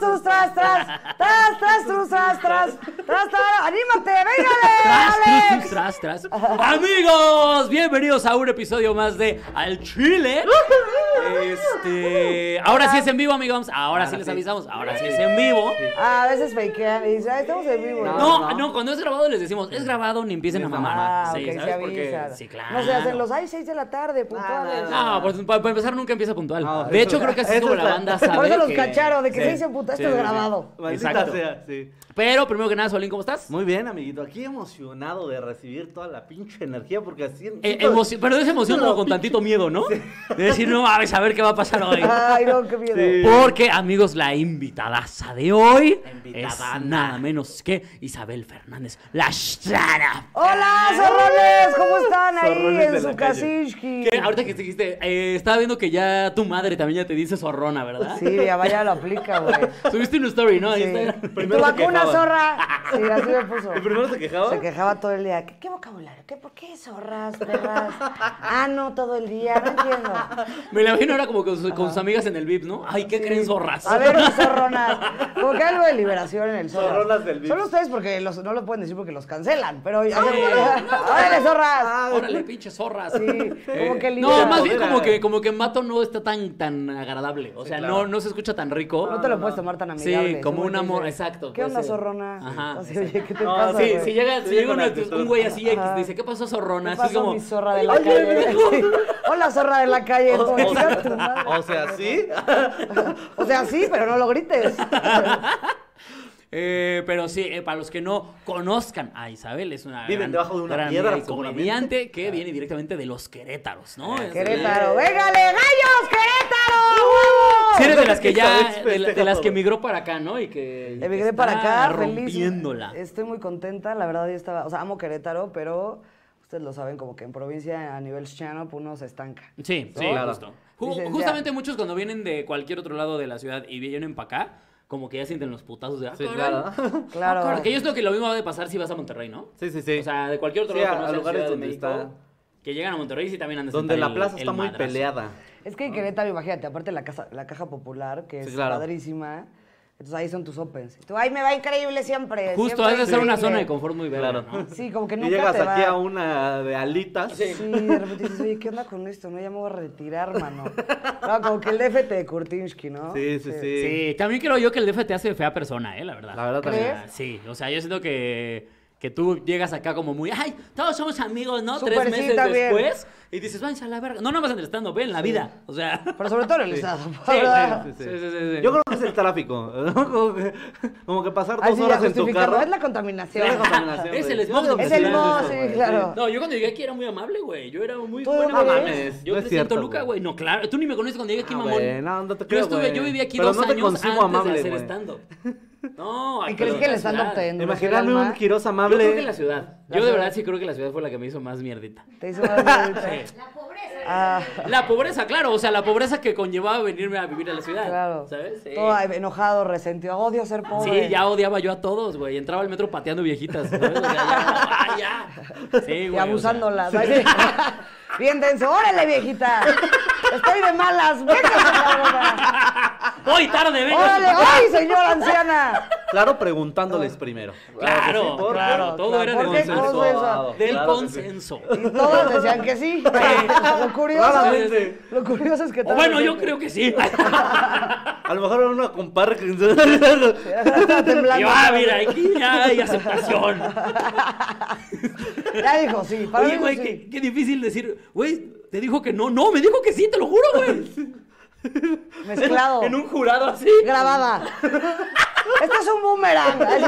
turus, tras, tras, tras, tras, turus, tras, tras, tras, tras, anímate, Tras, véngale, tras, Alex. tras, tras, tras. Amigos, bienvenidos a un episodio más de Al Chile. Este, ahora sí es en vivo, amigos. Ahora sí les avisamos. Ahora sí es en vivo. Ah, A veces fakean y dicen, "Ay, estamos en vivo. No, no, cuando es grabado les decimos, es grabado, ni empiecen a Ah, mamar. ok, Sí, se ¿sabes? Porque avisan. sí, claro. No se hacen los, Ah. ay, seis de la tarde, puntuales. No, pues, pa- para, empezar nunca empieza puntual. No, de eso- hecho, creo que así es eso como la está- banda Por sabe. eso los que- cacharon, de que sí, se dicen puta, sí, esto es sí. grabado. Maldita Exacto. sea, sí. Pero primero que nada, Solín, ¿cómo estás? Muy bien, amiguito. Aquí emocionado de recibir toda la pinche energía porque así. Eh, siento- emoción- pero es emoción como con tantito miedo, ¿no? De decir, no mames, a ver qué va a pasar hoy. Ay, no, qué miedo. Sí. Porque, amigos, la invitadaza de hoy Invitadana. es nada menos que Isabel Fernández, la Strana. Hola, zorrones, ¿cómo están ahí Zorrones de en la calle. su casishki? Que Ahorita que te dijiste, eh, estaba viendo que ya tu madre también ya te dice zorrona, ¿verdad? Sí, ya vaya, lo aplica, güey. Subiste una story, ¿no? Ahí está. Sí. Primero Tu se vacuna, quejaba. zorra. Sí, así me puso. ¿El primero se quejaba? Se quejaba todo el día. ¿Qué, qué vocabulario? ¿Qué, ¿Por qué zorras, perras? Ah, no, todo el día, no entiendo. Me la imagino ahora como con, su- con sus amigas en el VIP, ¿no? Ay, ¿qué creen zorras? A ver, zorronas. Como que algo de liberación en el zorras. Zorronas del beat. Solo ustedes porque los- no lo pueden decir porque los cancelan, pero... ¡Órale, zorras! Ah, Órale, pinche zorras. Eh, Sí, como que no, libera. más bien Libera. como que, como que Mato no está tan, tan agradable. O sea, claro. no, no se escucha tan rico. No te lo puedes tomar tan amigable. Sí, como según un dice, amor, exacto. ¿Qué puede onda, ser. zorrona? Ajá. Así, oye, ¿qué te No, pasa, sí, güey? sí, Si Ah, llega, si Sí, llega con una- actitud. un güey así X, Ajá. dice, ¿qué pasó, ¿Qué zorrona? Así pasó, como, mi zorra de la "Oye, calle? viejo". Sí. Hola, zorra de la calle. O, como, o "Chinga tu sea, madre". o sea, sí. O sea, sí, pero no lo grites. Eh, pero sí, eh, para los que no conozcan a Isabel, es una Viven gran, debajo de una gran piedra, amiga y seguramente. comediante que viene directamente de los Querétaros, ¿no? Es- Querétaro, ¡végale, gallos, Querétaro! ¡Huevo! Sí, eres de Creo las que que ya, Isabel de, la- de las que festeja migró para acá, ¿no? Y que y que Emigré para está acá, feliz. rompiéndola. Estoy muy contenta, la verdad yo estaba, o sea, amo Querétaro, pero ustedes lo saben, como que en provincia a nivel chano, pues uno se estanca. Sí, sí, Claro. justo. Ju- Dicen, ya. justamente muchos cuando vienen de cualquier otro lado de la ciudad y vienen para acá, como que ya sienten los putazos de... ah, Sí, caray. claro. Claro. Ah, caray, que es lo que lo mismo va a pasar si vas a Monterrey, ¿no? Sí, sí, sí. O sea, de cualquier otro Sí, lado a- que no a sea lugares Ciudad de donde México, está- que llegan a Monterrey y sí también andan Donde la plaza está muy peleada. peleada. Es que en Querétaro, imagínate, aparte la, casa, la caja popular, que es Sí, claro. padrísima, entonces ahí son tus opens. Y Tú, ay, me va increíble siempre. Justo, siempre has de ser una increíble". zona de confort muy verde, Claro. ¿no? Sí, como que Y nunca llegas te va. aquí a una de alitas. Sí, de repente dices, oye, ¿qué onda con esto? No, ya me voy a retirar, mano. No, como que el DFT de Kurtinsky, ¿no? Sí, sí, sí. Sí, también creo yo que el DF te hace fea persona, ¿eh? La verdad. La verdad ¿Crees? también. Ah, Sí, o sea, yo siento que, que tú llegas acá como muy, ay, todos somos amigos, ¿no? Súper, Tres sí, meses también. después y dices, váyanse a la verga. No, no más en el stand-up, ve en la vida. O sea, Pero sobre todo en el estado, sí, ¿verdad? sí, sí, sí, sí. Yo creo que es el tráfico. como, que, como que pasar dos Así ya horas en tu justificando, carro. es la contaminación. Es la contaminación, Es güey. el smog Yo digo Es que el sí, mo, eso, sí, güey. claro. No, yo cuando llegué aquí era muy amable, güey. Yo era muy ¿Tú buena no mamá. mames? Yo No es crecí en cierto, Toluca, güey. güey. No, claro. Tú ni me conoces cuando llegué aquí, No, mamón. güey, no, no te yo creo, estuve, güey. yo viví aquí Pero dos no te años concibo antes de amable, hacer güey. stand-up. No, ¿Y aquí crees en que el la stand-up ciudad. te endureció Imaginarme el un alma? Quiroz Yo creo amable. que la ciudad. La yo de ciudad. verdad sí creo que la ciudad fue la que me hizo más mierdita. Te hizo más bonita. La pobreza. Ah, La pobreza, claro, o sea, la pobreza que conllevaba venirme a vivir a la ciudad. claro. ¿Sabes? Sí. Todo enojado, resentido. Odio ser pobre. Sí, ya odiaba yo a todos, güey. Entraba al metro pateando viejitas. ¿sabes? O sea, ya, ay, ya. Sí, Y güey, o abusándolas. Bien denso. Órale, viejita. Estoy de malas. Venga, señora. sea, Voy tarde, venga. Órale. ¡Ay, señora anciana! Claro, preguntándoles primero. Claro, que sí, por- claro, todo claro, era ¿por del qué consenso. cosa esa? Claro, Del claro que sí. consenso. Y todas decían que sí. Lo curioso, Claramente. lo curioso es que O todas bueno, yo decían creo que sí. A lo mejor era una compadre que... Pero Estaba Y temblando. yo, ah, mira, aquí ya hay aceptación. Ya dijo, sí. Para Oye, mí güey, sí. qué, qué difícil decir, güey, te dijo que no. No, me dijo que sí, te lo juro, güey. Mezclado. En un jurado así. Grabada. Esto es un boomerang. Así.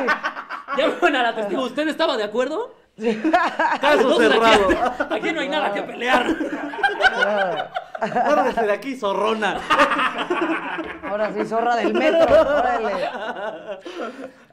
Ya van a la testigo. ¿Usted estaba de acuerdo? Caso Entonces, aquí- cerrado. Aquí no hay nada que pelear. Lárguese de aquí, zorrona. Ahora sí, zorra del metro. Órale.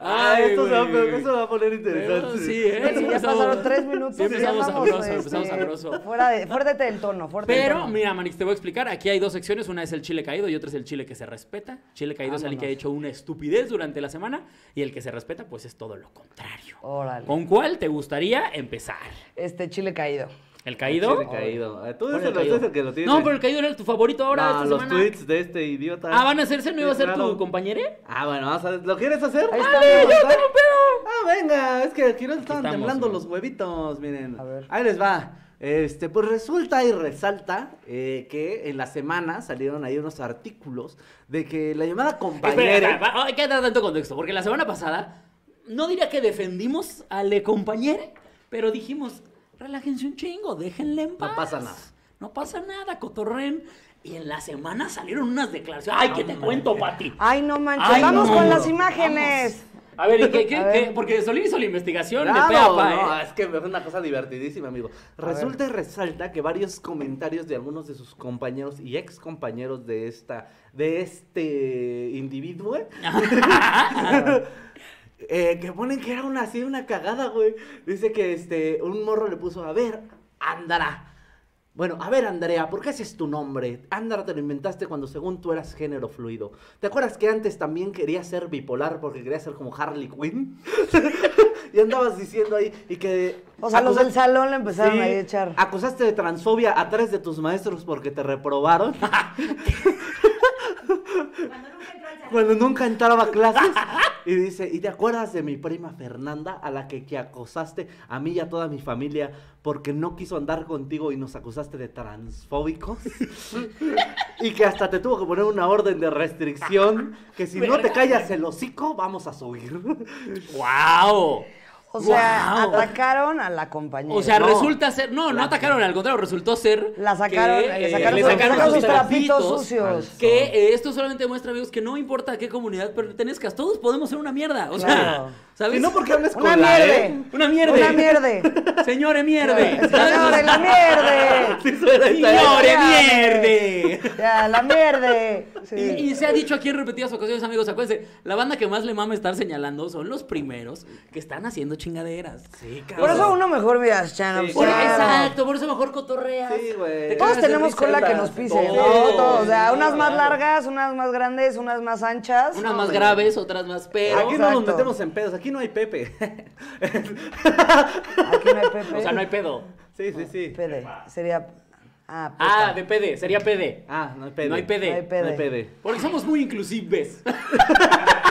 Ay, Ah, esto se va, a- güey. eso va a poner interesante. Sí, ¿eh? Sí, ya Empezamos- pasaron tres minutos. Sí, y empezamos ya andamos, sabroso, empezamos este, sabroso. Fuera de, fuérdete del tono, fuerte del Pero, tono. mira, Manix, te voy a explicar. Aquí hay dos secciones. Una es el chile caído y otra es el chile que se respeta. Chile caído es alguien que ha hecho una estupidez durante la semana y el que se respeta, pues es todo lo contrario. Órale. ¿Con cuál te gustaría empezar? Este chile caído. ¿El caído? Chile caído. Ah, Tú Pon eres el el, caído. tú eres el que lo tienes. No, pero el caído era tu favorito ahora No, esta los semana. tweets de este idiota. Ah, ¿van a hacerse? ¿No iba a Sí, ser claro. tu compañero? Ah, bueno, vas a- ¿lo quieres hacer? Ahí está. ¡Dale! ¿no? ¿Está? Ah, venga, es que aquí nos estaban estamos, temblando güey. los huevitos, miren. A ver. Ahí les va. Este, pues resulta y resalta eh, que en la semana salieron ahí unos artículos de que la llamada compañera. Espera, va- hay que dar tanto contexto, porque la semana pasada no diría que defendimos a Le Compañere, pero dijimos, relájense un chingo, déjenle en paz. pasa nada. No pasa nada, cotorren. Y en la semana salieron unas declaraciones. ¡Ay, que te cuento, Pati! Ay, no manches. Ay, Vamos no. con las imágenes. A ver, ¿y qué, qué- A ver. qué? Porque Solín hizo la investigación de Claro, pe a pa, no, ¿eh? es que es una cosa divertidísima, amigo. Resulta y resalta que varios comentarios de algunos de sus compañeros y ex compañeros de esta, de este individuo, ¿eh? Eh, que ponen que era una así, una cagada, güey. Dice que este, un morro le puso, a ver, andará. Bueno, a ver, Andrea, ¿por qué ese es tu nombre? Andara te lo inventaste cuando según tú eras género fluido. ¿Te acuerdas que antes también querías ser bipolar porque querías ser como Harley Quinn? y andabas diciendo ahí y que... O Ah, sea, pues los pues, acusa- del salón le empezaron Sí, ahí a echar. Acusaste de transfobia a tres de tus maestros porque te reprobaron. Cuando nunca entraba a clases. Y dice, ¿y te acuerdas de mi prima Fernanda a la que, que acosaste a mí y a toda mi familia porque no quiso andar contigo y nos acusaste de transfóbicos? y que hasta te tuvo que poner una orden de restricción que si no te callas el hocico vamos a subir. ¡Wow! O sea, Wow. atacaron a la compañera. O sea, No. resulta ser. No, no atacaron, al contrario, resultó ser. La sacaron, que, le eh, sacaron, le sus- sacaron sacaron sus sus trapitos trapitos sucios. Que eh, esto solamente muestra, amigos, que no importa a qué comunidad pertenezcas, todos podemos ser una mierda. O sea, Claro. ¿sabes? Y no porque hables con Una la E. mierde. Una mierda. Una mierde. Señore mierde. Señores, la mierde. Sí, suena esa- Señores Ya, mierde. Ya, la mierde. Sí. Y, y se ha dicho aquí en repetidas ocasiones, amigos, acuérdense, la banda que más le mama estar señalando son los primeros que están haciendo chingaderas. Sí, Por eso uno mejor miras, Chano. Sí, pues, claro. claro. Exacto, por eso mejor cotorreas. Sí, güey. Te Todos cagas de tenemos risa. cola que Todas, nos pise, todos. ¿no? Todos, o sea, Sí, unas más claro. largas, unas más grandes, unas más anchas. Unas más graves, otras más pero. Aquí no nos Exacto. metemos en pedos, aquí no hay Pepe. Aquí no hay Pepe. O sea, no hay pedo. sí, sí, sí. Pede, sería... Ah, Ah, pepa. de PD, sería PD. Ah, no hay pede. No hay pede. No hay pede. No hay pede. Porque somos muy inclusives.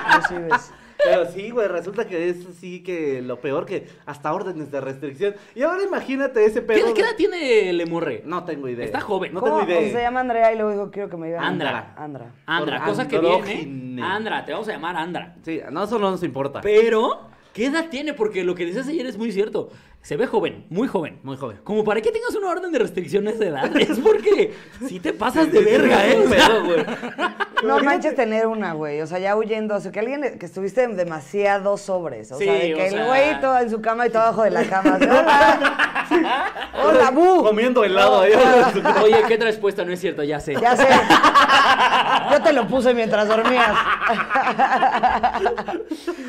Así ves. Pero sí, güey, resulta que es así que lo peor que hasta órdenes de restricción. Y ahora imagínate ese ¿Qué, pedo. qué edad tiene Lemurre? No tengo idea. Está joven. No ¿Cómo? tengo idea. O sea, se llama Andrea y luego dijo, quiero que me digan... Andra. Andra. Andra, Por cosa que viene. andrógine. Andra, te vamos a llamar Andra. Sí, no, eso no nos importa. Pero, ¿qué edad tiene? Porque lo que decías ayer es muy cierto. Se ve joven, muy joven. Muy joven. Como para que tengas una orden de restricciones de edad. Es porque si te pasas de Sí, sí, sí, verga, es ¿eh? un O sea, pedo, güey. No manches tener una, güey. O sea, ya huyendo. O sea, que alguien que estuviste en demasiados sobres. O Sí, sea, de o que sea- el güey todo en su cama y todo abajo de la cama. así, Hola, hola, bu. Comiendo helado ahí. Oye, ¿qué traes puesta? No es cierto, ya sé. Ya sé. Yo te lo puse mientras dormías.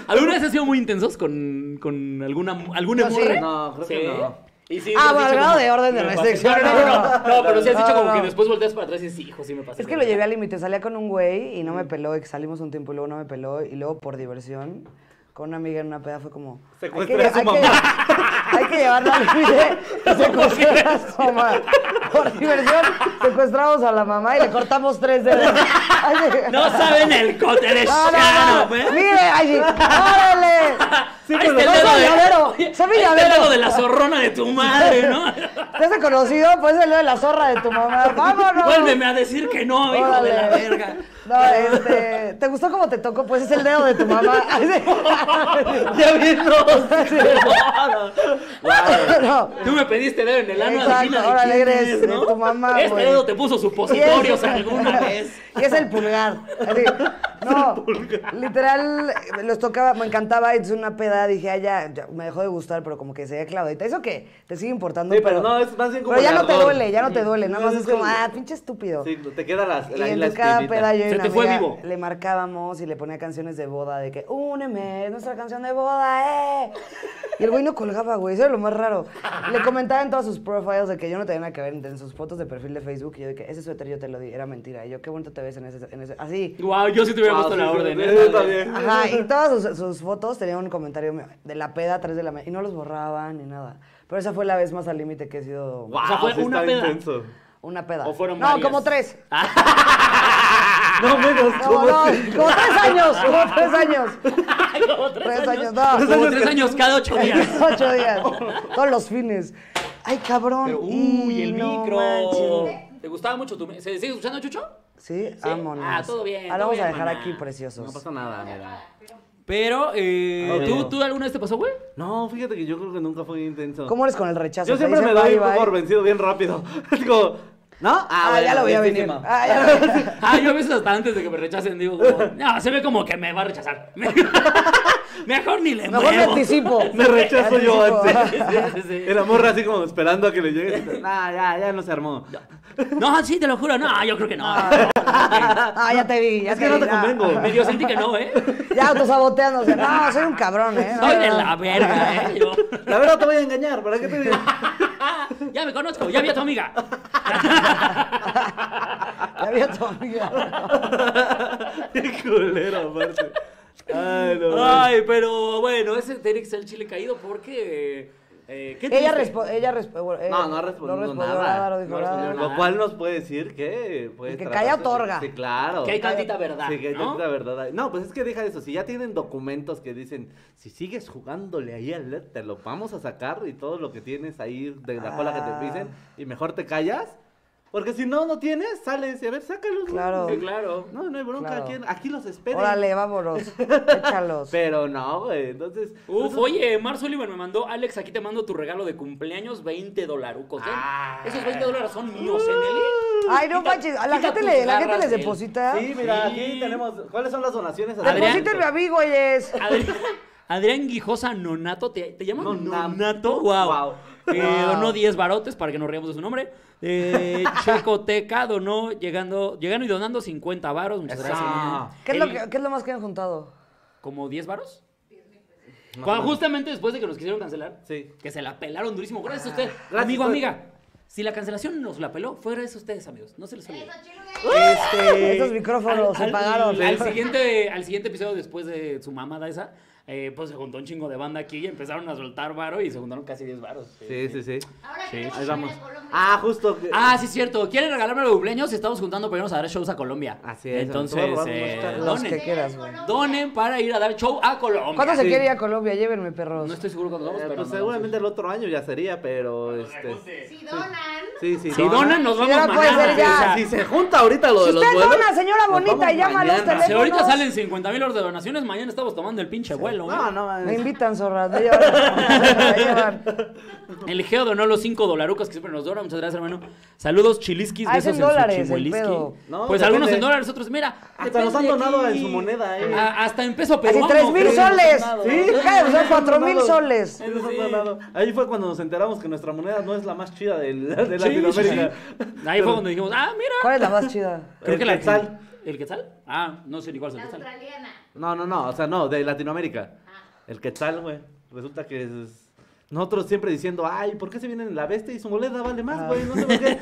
¿Alguna vez has sido muy intensos con, con alguna, algún Yo ¿Ah, sí. emurre? No, creo que no. ¿Y sí, Ah, has bueno, dicho al grado de orden de "Me restricción". pasé"? No, no, no, no, no, No, pero sí has no, dicho como no. que después volteas para atrás y dices, hijo, sí me pasé. Es que de lo verga". llevé al límite. Salía con un güey y no me Mm. peló. Y que salimos un tiempo y luego no me peló. Y luego, por diversión, con una amiga en una peda fue como... hay que Secuestré a su lle- hay que mamá. lle- Hay que llevarla al límite. y Secuestré a su mamá. Por diversión, secuestramos a la mamá y le cortamos tres dedos. Así. No saben el cote de No, no, pues Shano, no. ¿eh? Mire, allí. ¡Órale! Ahí está el no dedo soy de- llavero, Oye, soy mi ahí está el llavero. dedo de la zorrona de tu madre, ¿no? ¿Te has conocido? Pues el dedo de la zorra de tu mamá. Ah, ¡Vámonos! Vuélveme a decir que no, hijo de la Órale. verga. No, este. ¿Te gustó cómo te tocó? Pues es el dedo de tu mamá. Ya viendo. no. Tú me pediste dedo en el ano, Exacto, adivina de ahora quién alegres es, de ¿no? tu mamá, Este güey. dedo te puso Y es- supositorios alguna vez. Y es el pulgar. Así. No, literal, los tocaba, me encantaba, es una peda, dije, ay, ya, ya, me dejó de gustar, pero como que se Claudita. ¿Eso qué? ¿Te sigue importando? Sí, pero no, es más bien como Pero ya el no te ardor. duele, ya no te duele, nada No, más es es como, el- ah, pinche estúpido. Sí, te queda las, Y la, en la tu cada espinita. peda yo y Se una te fue amiga vivo. le marcábamos y le ponía canciones de boda, de que, úneme, es nuestra canción de boda, eh. Y el güey no colgaba, güey, eso era lo más raro. Le comentaba en todos sus profiles de que yo no tenía nada que ver en en sus fotos de perfil de Facebook y yo de que ese suéter yo te lo di, era mentira. Y yo, qué bonito te ves en ese, en ese- así. Wow, yo sí te hubiera Wow, puesto sí, la sí, orden. sí, ¿eh? sí, está bien. Ajá, y todas sus, sus fotos tenían un comentario mío, de la peda a 3 de la mañana y no los borraban ni nada. Pero esa fue la vez más al límite que he sido O sea, fue sí una está peda. intenso. una peda. ¿O fueron no, varias? Ah, como tres. No menos, No, ¿cómo no, te- como tres años, como tres años. Como tres, Tres años. años, no. Como tres años cada ocho días. Ocho días. Todos los fines. Ay, cabrón. Pero, uy, Y el no micro. manches. ¿Te gustaba mucho tu... ¿Se sigue escuchando, Chucho? Sí, ¿Sí? vámonos. Ah, todo bien, Ahora todo vamos a bien, dejar maná. aquí No preciosos. pasa nada, mira. Pero, eh, Ay, ¿tú, no. ¿tú alguna vez te pasó, güey? No, fíjate que yo creo que nunca fue intenso. ¿Cómo eres con el rechazo? Yo ¿Te siempre me dicen doy bye, bye? por vencido bien rápido. Es como, ¿no? Ah, Ah, bueno, ya lo voy a este venir. sí, no. Ah, ya lo vi. Ah, yo a veces hasta antes de que me rechacen digo, como, no, se ve como que me va a rechazar. Mejor ni le Mejor me muevo. anticipo. Me rechazo yo antes. Anticipo. Sí, sí, sí. El amor así como esperando a que le llegue. Nah, ya, ya no se armó. No, sí, te lo juro. No, yo creo que no. Ah, ya te vi. Ya Es que no vi, te ya. convengo. Medio sentí que no, ¿eh? Ya autosaboteándose. No, soy un cabrón, ¿eh? Soy de la verga, ¿eh? Yo- La verdad te voy a engañar, ¿para qué te digo? Ya me conozco, ya vi a tu amiga. Ya vi a tu amiga. Qué culero, aparte. Ay, no. Ay, pero bueno, ese tiene que ser el chile caído porque... eh, ¿qué Ella triste. respondió. Ella respo- bueno, eh, No, no ha respondido nada. nada. No No respondió respondió nada. nada. Lo cual nos puede decir que... Puede Que tratarse calla de- otorga. Sí, claro. Que hay tantita verdad, Sí, que hay ¿no? tanta verdad. ahí. No, pues es que deja eso. Si ya tienen documentos que dicen, si sigues jugándole ahí al LED, te lo vamos a sacar y todo lo que tienes ahí de la cola que Ah. te pisen y mejor te callas. Porque si no, no tienes, sales y a ver, sácalos. güey. Claro. Sí, claro. No, no hay bronca. Claro. Aquí, aquí los esperen. Órale, vámonos. Échalos. Pero no, güey. Entonces. Uf, entonces- oye, Mar Sullivan me mandó, Alex, aquí te mando tu regalo de cumpleaños, 20 dolarucos. ¿eh? Ah. Esos 20 dólares son míos, ¿eh, Nelly? Ay, no Quita- manches. A la quita gente, tus le, la gente garras les del- deposita. Sí, mira, Sí. aquí tenemos. ¿Cuáles son las donaciones? Adrián. Deposítenme a mí, güeyes. Adrián, Adrián Guijosa Nonato, ¿te, te llaman Nonam. Nonato? Wow. Guau. Eh, Donó 10 barotes para que nos riamos de su nombre. Eh, Checoteca donó, llegando, llegando y donando 50 varos. Muchas Eso. gracias. ¿Qué es, lo, Eli, que- qué es lo más que han juntado? ¿Como 10 varos? Cuando- justamente después de que nos quisieron cancelar, Sí. que se la pelaron durísimo. Gracias a usted, Gracias, amigo, pues. amiga. Si la cancelación nos la peló, fue gracias a ustedes, amigos. No se les olvide. Este. Esos micrófonos se pagaron. Eh, Al siguiente, al siguiente episodio, después de su mamada esa, eh, pues se juntó un chingo de banda aquí y empezaron a soltar varo y se juntaron casi 10 varos. Sí, sí, sí. Ahora Sí, queremos Ahí saber vamos. el volumen. Ah, justo. que- Ah, sí, es cierto. ¿Quieren regalarme los cumpleaños? Estamos juntando para irnos a dar shows a Colombia. Así es, te Entonces, voy a robar eh, unos Los que donen. quieras, güey. Donen para ir a dar show a Colombia. ¿Cuándo se Sí. quiere ir a Colombia? Llévenme, perros. No estoy seguro cuándo vamos, Eh, pero. pues nos seguramente el otro año ya sería, pero este. Si donan, Sí, sí. vamos. Si donan, nos Si vamos donan, puede mañana. ser ya. Si se junta ahorita lo Si de los usted vuelos. dona, señora nos bonita, vamos llama a los mañana. Si ahorita Vámonos. salen 50 mil horas de donaciones, mañana estamos tomando el pinche vuelo. ¿eh? No, no, mames. Me invitan, zorras. Me llevan. Me llevan. El Geo donó los 5 dolarucos que siempre nos dona. Muchas gracias, hermano. Saludos, chiliskis. Ah, es besos en dólares, el Xochimilquisqui. pedo. No, pues depende. algunos en dólares, otros, mira. Hasta nos han depende donado aquí. en su moneda, eh. Ah, hasta en peso Así, peruano. tres mil creo. soles. Sí, Deja de usar cuatro mil soles. Sí, nos han donado. Ahí fue cuando nos enteramos que nuestra moneda no es la más chida del- de, Sí, Latinoamérica. sí, sí. Ahí fue cuando dijimos, ah, mira. ¿Cuál es la más chida? Creo El que la quetzal. ¿El quetzal? Ah, no sé ni cuál es la el quetzal. australiana. No, no, no, o sea, no, de Latinoamérica. Ah. El quetzal, güey. Resulta que es- nosotros siempre diciendo, ay, ¿por qué se vienen en la bestia y su moneda vale más, güey? No sé por qué.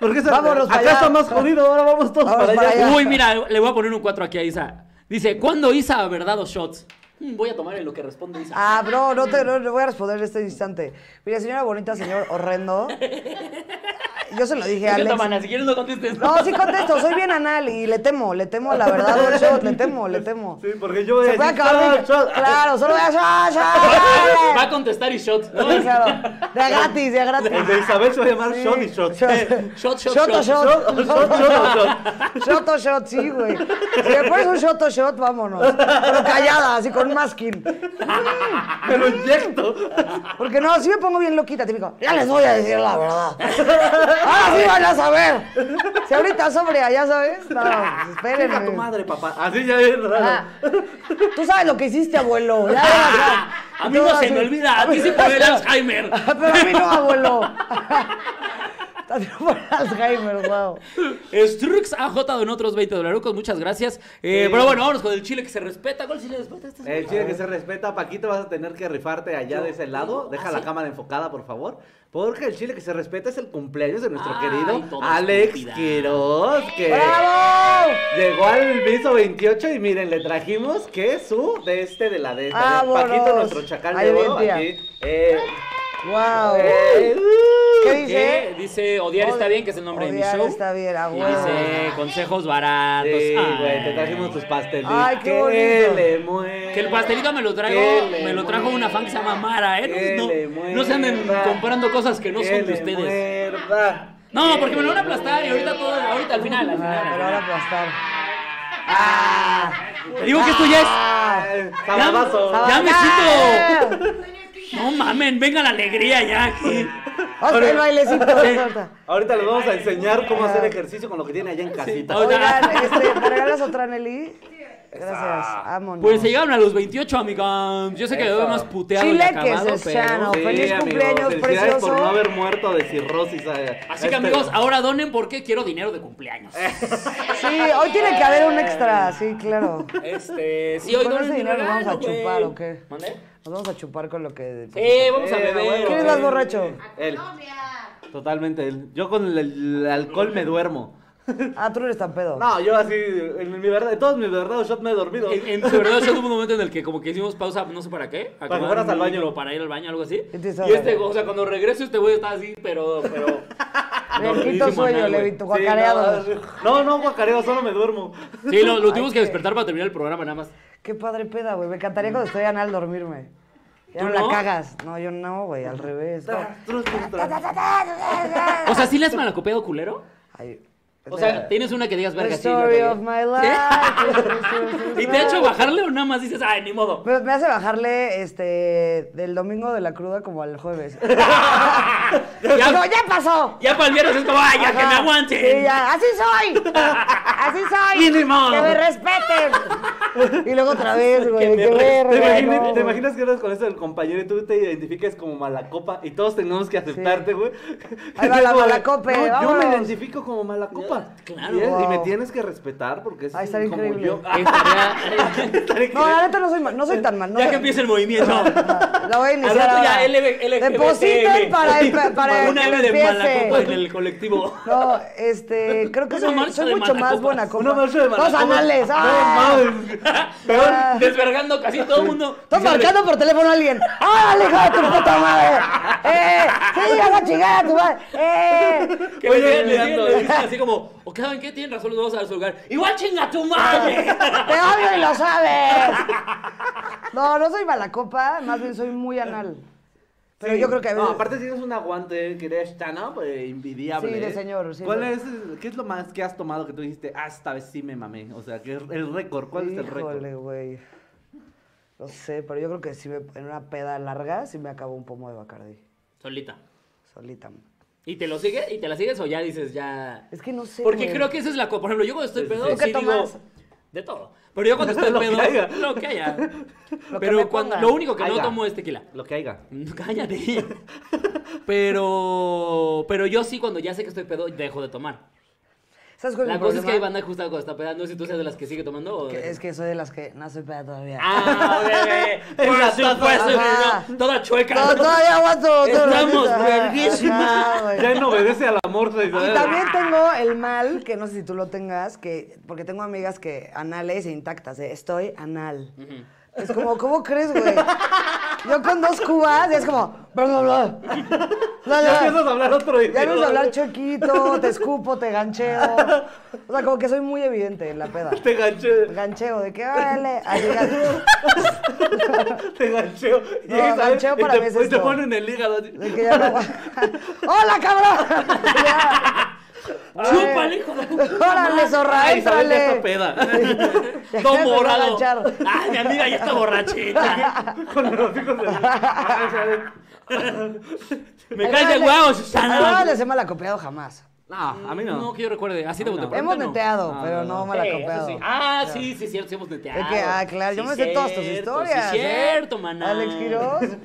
¿Por qué se... Vámonos para Acá allá. está más jodido, ahora vamos todos Vamos para para allá. allá. Uy, mira, le voy a poner un 4 aquí a Isa. Dice, ¿cuándo Isa a verdad o shots? Mm, Voy a tomar en lo que responde Isa. Ah, bro, no te no, le voy a responder en este instante. Mira, señora bonita, señor horrendo. Yo se lo dije ¿Qué a onda, Alex. mana? Si quieres no contestes. No, sí contesto, soy bien anal y le temo, le temo a la verdad, al shot, le temo, le temo. Sí, porque yo voy a Se puede decir, acabar. mi- "Shot, shot". Claro, solo voy a shot, Va a shot. contestar y shots. ¿no? Sí, Claro, de a gratis, de a El de gratis. Isabel se va a llamar Sí, Shot y Shot. Eh, shot. Shot, shot, Shot o shot. shot. Shot, shot, shot, shot. Shot o shot, sí, güey. Si le pones un shot o shot, vámonos. Pero callada, así con masking. Me lo inyecto. pues, Porque no, si me pongo bien loquita, típico, ya les voy a decir la verdad. ¡Ahora sí van a saber! Si ahorita sobre allá, ¿sabes? No, pues Chinga tu espérenme. madre, papá. Así ya es raro. Ah, tú sabes lo que hiciste, abuelo. Ya, ya, ya. A mí no se me olvida, a ti sí por el Alzheimer. Pero a mí no, abuelo. Está por Alzheimer, wow. Strux AJ donó otros 20 dolarucos, muchas gracias. Eh, Sí. Pero bueno, vámonos con el chile que se respeta. ¿Cuál chile se respeta? Pues Este es Eh, El chile Eh, que se respeta, Paquito, vas a tener que rifarte allá de ese lado. ¿Ah, Deja la cámara enfocada, por favor. Porque el chile que se respeta es el cumpleaños de nuestro Ay, querido todo Alex estúpida. Quiroz, que ¡Bravo! llegó al piso 28 y miren, le trajimos que su de este de la de, de Paquito, ¡Vámonos! nuestro chacal Ahí de oro, bien, tía. aquí. Eh, ¡Wow! eh, uh, Ah, ¿Qué que dice? Dice, odiar está bien, que es el nombre de mi Odiar show. está bien, Ah. a Y huevo. dice, consejos baratos. Ah. Sí, Ay. güey, te trajimos tus pastelitos. Ay, qué Que bonito. le muerda, Que el pastelito me lo que traigo, le me lo trajo una fan que se llama Mara, que le ¿eh? No, no, no se anden muerda, comprando cosas que no que son de le ustedes. muerda, No, que porque me lo van a le aplastar y ahorita todo, ahorita al final, al final, Ah, al pero final. ahora aplastar. Te digo que esto ya es. Ay, Ya, Ah, Sabadazo. ya me ¡Ah! siento. No mamen, venga la alegría ya aquí. Vamos con el bailecito. Ah. Sí. ahorita. Ahorita les vamos a enseñar cómo hacer ejercicio con lo que tiene allá en casita. ahorita- Oigan, este, ¿me regalas otra, Nelly? Gracias, vámonos. Pues se llegaron a los 28, amigos. Yo sé que veo más puteado y Chile que acabado, se pero. sano. feliz cumpleaños, felicidades precioso. por no haber muerto de cirrosis. eh, Así este- que amigos, ahora donen porque quiero dinero de cumpleaños. Sí, hoy tiene que haber un extra, sí, claro. Este, sí, ¿Y hoy con donen ese mi dinero regalo, vamos a güey. chupar o qué? ¿Mande? Nos vamos a chupar con lo que... Eh, vamos a Eh, beber. abuelo, ¿Quién es güey. más eh, borracho? Él. Totalmente él. Yo con el, el alcohol me duermo. Ah, tú no eres tan pedo. No, yo así, en mi verdad, en todos mis verdaderos shots me he dormido. En, en- de verdad, yo tuve un momento en el que como que hicimos pausa, no sé para qué. a Para que tomar fueras al un baño. libro, Para ir al baño, algo así. Y te estaba Y este, dormido. o sea, cuando regreso este güey está así, pero... pero Levito dormidísimo, sueño, anal, güey. levito, Sí, guacareado. no, no, no, guacareo, solo me duermo. Sí, lo, lo tuvimos Ay, que qué- despertar para terminar el programa nada más. Qué padre peda, güey. Me encantaría cuando estoy anal dormirme. Ya ¿Tú no no? la cagas. No, yo no, güey, al revés. Tra, tru, tru, tra. O sea, ¿sí le has malacopeado culero? Ay, O sea, tienes una que digas The verga, sí. la story cagué"? of my ¿Sí? life. ¿Y te ha hecho bajarle o nada más dices, ay, ni modo? Me, me hace bajarle este del domingo de la cruda como al jueves. Ya- No, ya pasó. Ya para el viernes es como, ay, ya que me Ajá. aguanten. Sí, ya, así soy. Así soy. Mínimo. Que me respeten. Y luego otra vez, güey, qué verga. ¿Te, imaginas, te no, güey. imaginas que hablas con eso del compañero y tú te identificas como malacopa y todos tenemos que aceptarte, güey? Ahí va la malacope, No, yo me vámonos. identifico como malacopa. Claro. Y, es- y me Wow. tienes que respetar porque es Ay, estaría como increíble. yo. Estaría- Estaría No, increíble. la neta no soy, ma- no soy tan mal. No ya soy- que empieza el movimiento. La voy a iniciar Al rato ya ahora. LB LGBTL. Depositen para el- pa- para Una que M me de empiece. malacopa en el colectivo. No, este, creo que Una soy, marcha soy de mucho más malacopas. buena copa. Una marcha de malacopa. Los anales. ¡Ah! No mames. Peor. Ah. Desvergando casi todo el mundo. Estás marcando por teléfono a alguien. ¡Órale, hijo de tu puta madre! ¡Eh! ¡Sí, vas a chingar a tu madre! ¡Eh! Que le digan- le digan- le dicen así como, o que saben qué, tienen razón, los dos a su lugar. ¡Igual chinga tu madre! ¡Te odio y lo sabes! No, no soy mala copa, más bien soy muy anal. Pero Sí. yo creo que a veces. No, aparte tienes un aguante que eres tan up, eh, envidiable. Sí, de ¿eh? señor, sí, ¿Cuál de- es, qué es lo más que has tomado que tú dijiste, ah, esta vez sí me mamé? O sea, que es el récord, ¿cuál es el récord? Híjole, güey. No sé, pero yo creo que sí me, en una peda larga sí me acabó un pomo de Bacardi. Solita. Solita. man. ¿Y te lo sigue? ¿Y te la sigues o ya dices ya? Es que no sé. Porque güey. creo que esa es la cosa. Por ejemplo, yo cuando estoy pedo, ¿Tú qué sí digo. tomas? De todo. Pero yo cuando estoy Lo que pedo. haya. Lo que haya. Lo que Pero me cuando, pongan. lo único que no Haya. tomo es tequila. Lo que haya. Mm, Cállate. Pero. Pero yo sí, cuando ya sé que estoy pedo, dejo de tomar. ¿Sabes cuál es La mi cosa es que hay problema? banda justo cuando está pedando. No sé si tú seas de las que sigue tomando o. Que- Es que soy de las que no soy peda todavía. Ah, bebé. Por Esa taza. supuesto, bebé. Toda chueca. No, todavía aguanto. Estamos verguísima. verguísimas. Ya no obedece al amor. de- Y también tengo el mal, que no sé si tú lo tengas, que porque tengo amigas que anales e intactas, ¿eh? estoy anal. Es como, ¿cómo crees, güey? Yo con dos cubas, y es como, bla, bla, bla. Bla, bla, Ya bla. empiezas a hablar otro Ya idioma. empiezas a hablar choquito, te escupo, te gancheo. O sea, como que soy muy evidente en la peda. Te ganché, Gancheo, de que, órale, así, gan- te gancheo. No, Llegas a- gancheo para y te, mí es y te esto. ponen el hígado. así. de que ya no aguanto. ¡Hola, cabrón! Ya. ¡Chúpale, hijo de tu puta Órale, madre! zorra, Ay, Isabel ya éntrale. está peda. Ya Todo se va a morado. agachar. Ay, mi amiga ya está borrachita. Con los hijos de... Ay, Isabel. Me caes de huevo, Susana. Ah, No les he malacopiado jamás. No, a mí no. No, que yo recuerde. Así de bote pronto, Hemos no. neteado, No, pero no, no, no. malacopiado. Sí, eso sí. Ah, sí, sí, cierto, sí hemos neteado. Es que, ah, claro, yo Sí, me sé todas tus cierto, historias. Sí, ¿eh? cierto, maná. Alex Quiroz. Sí,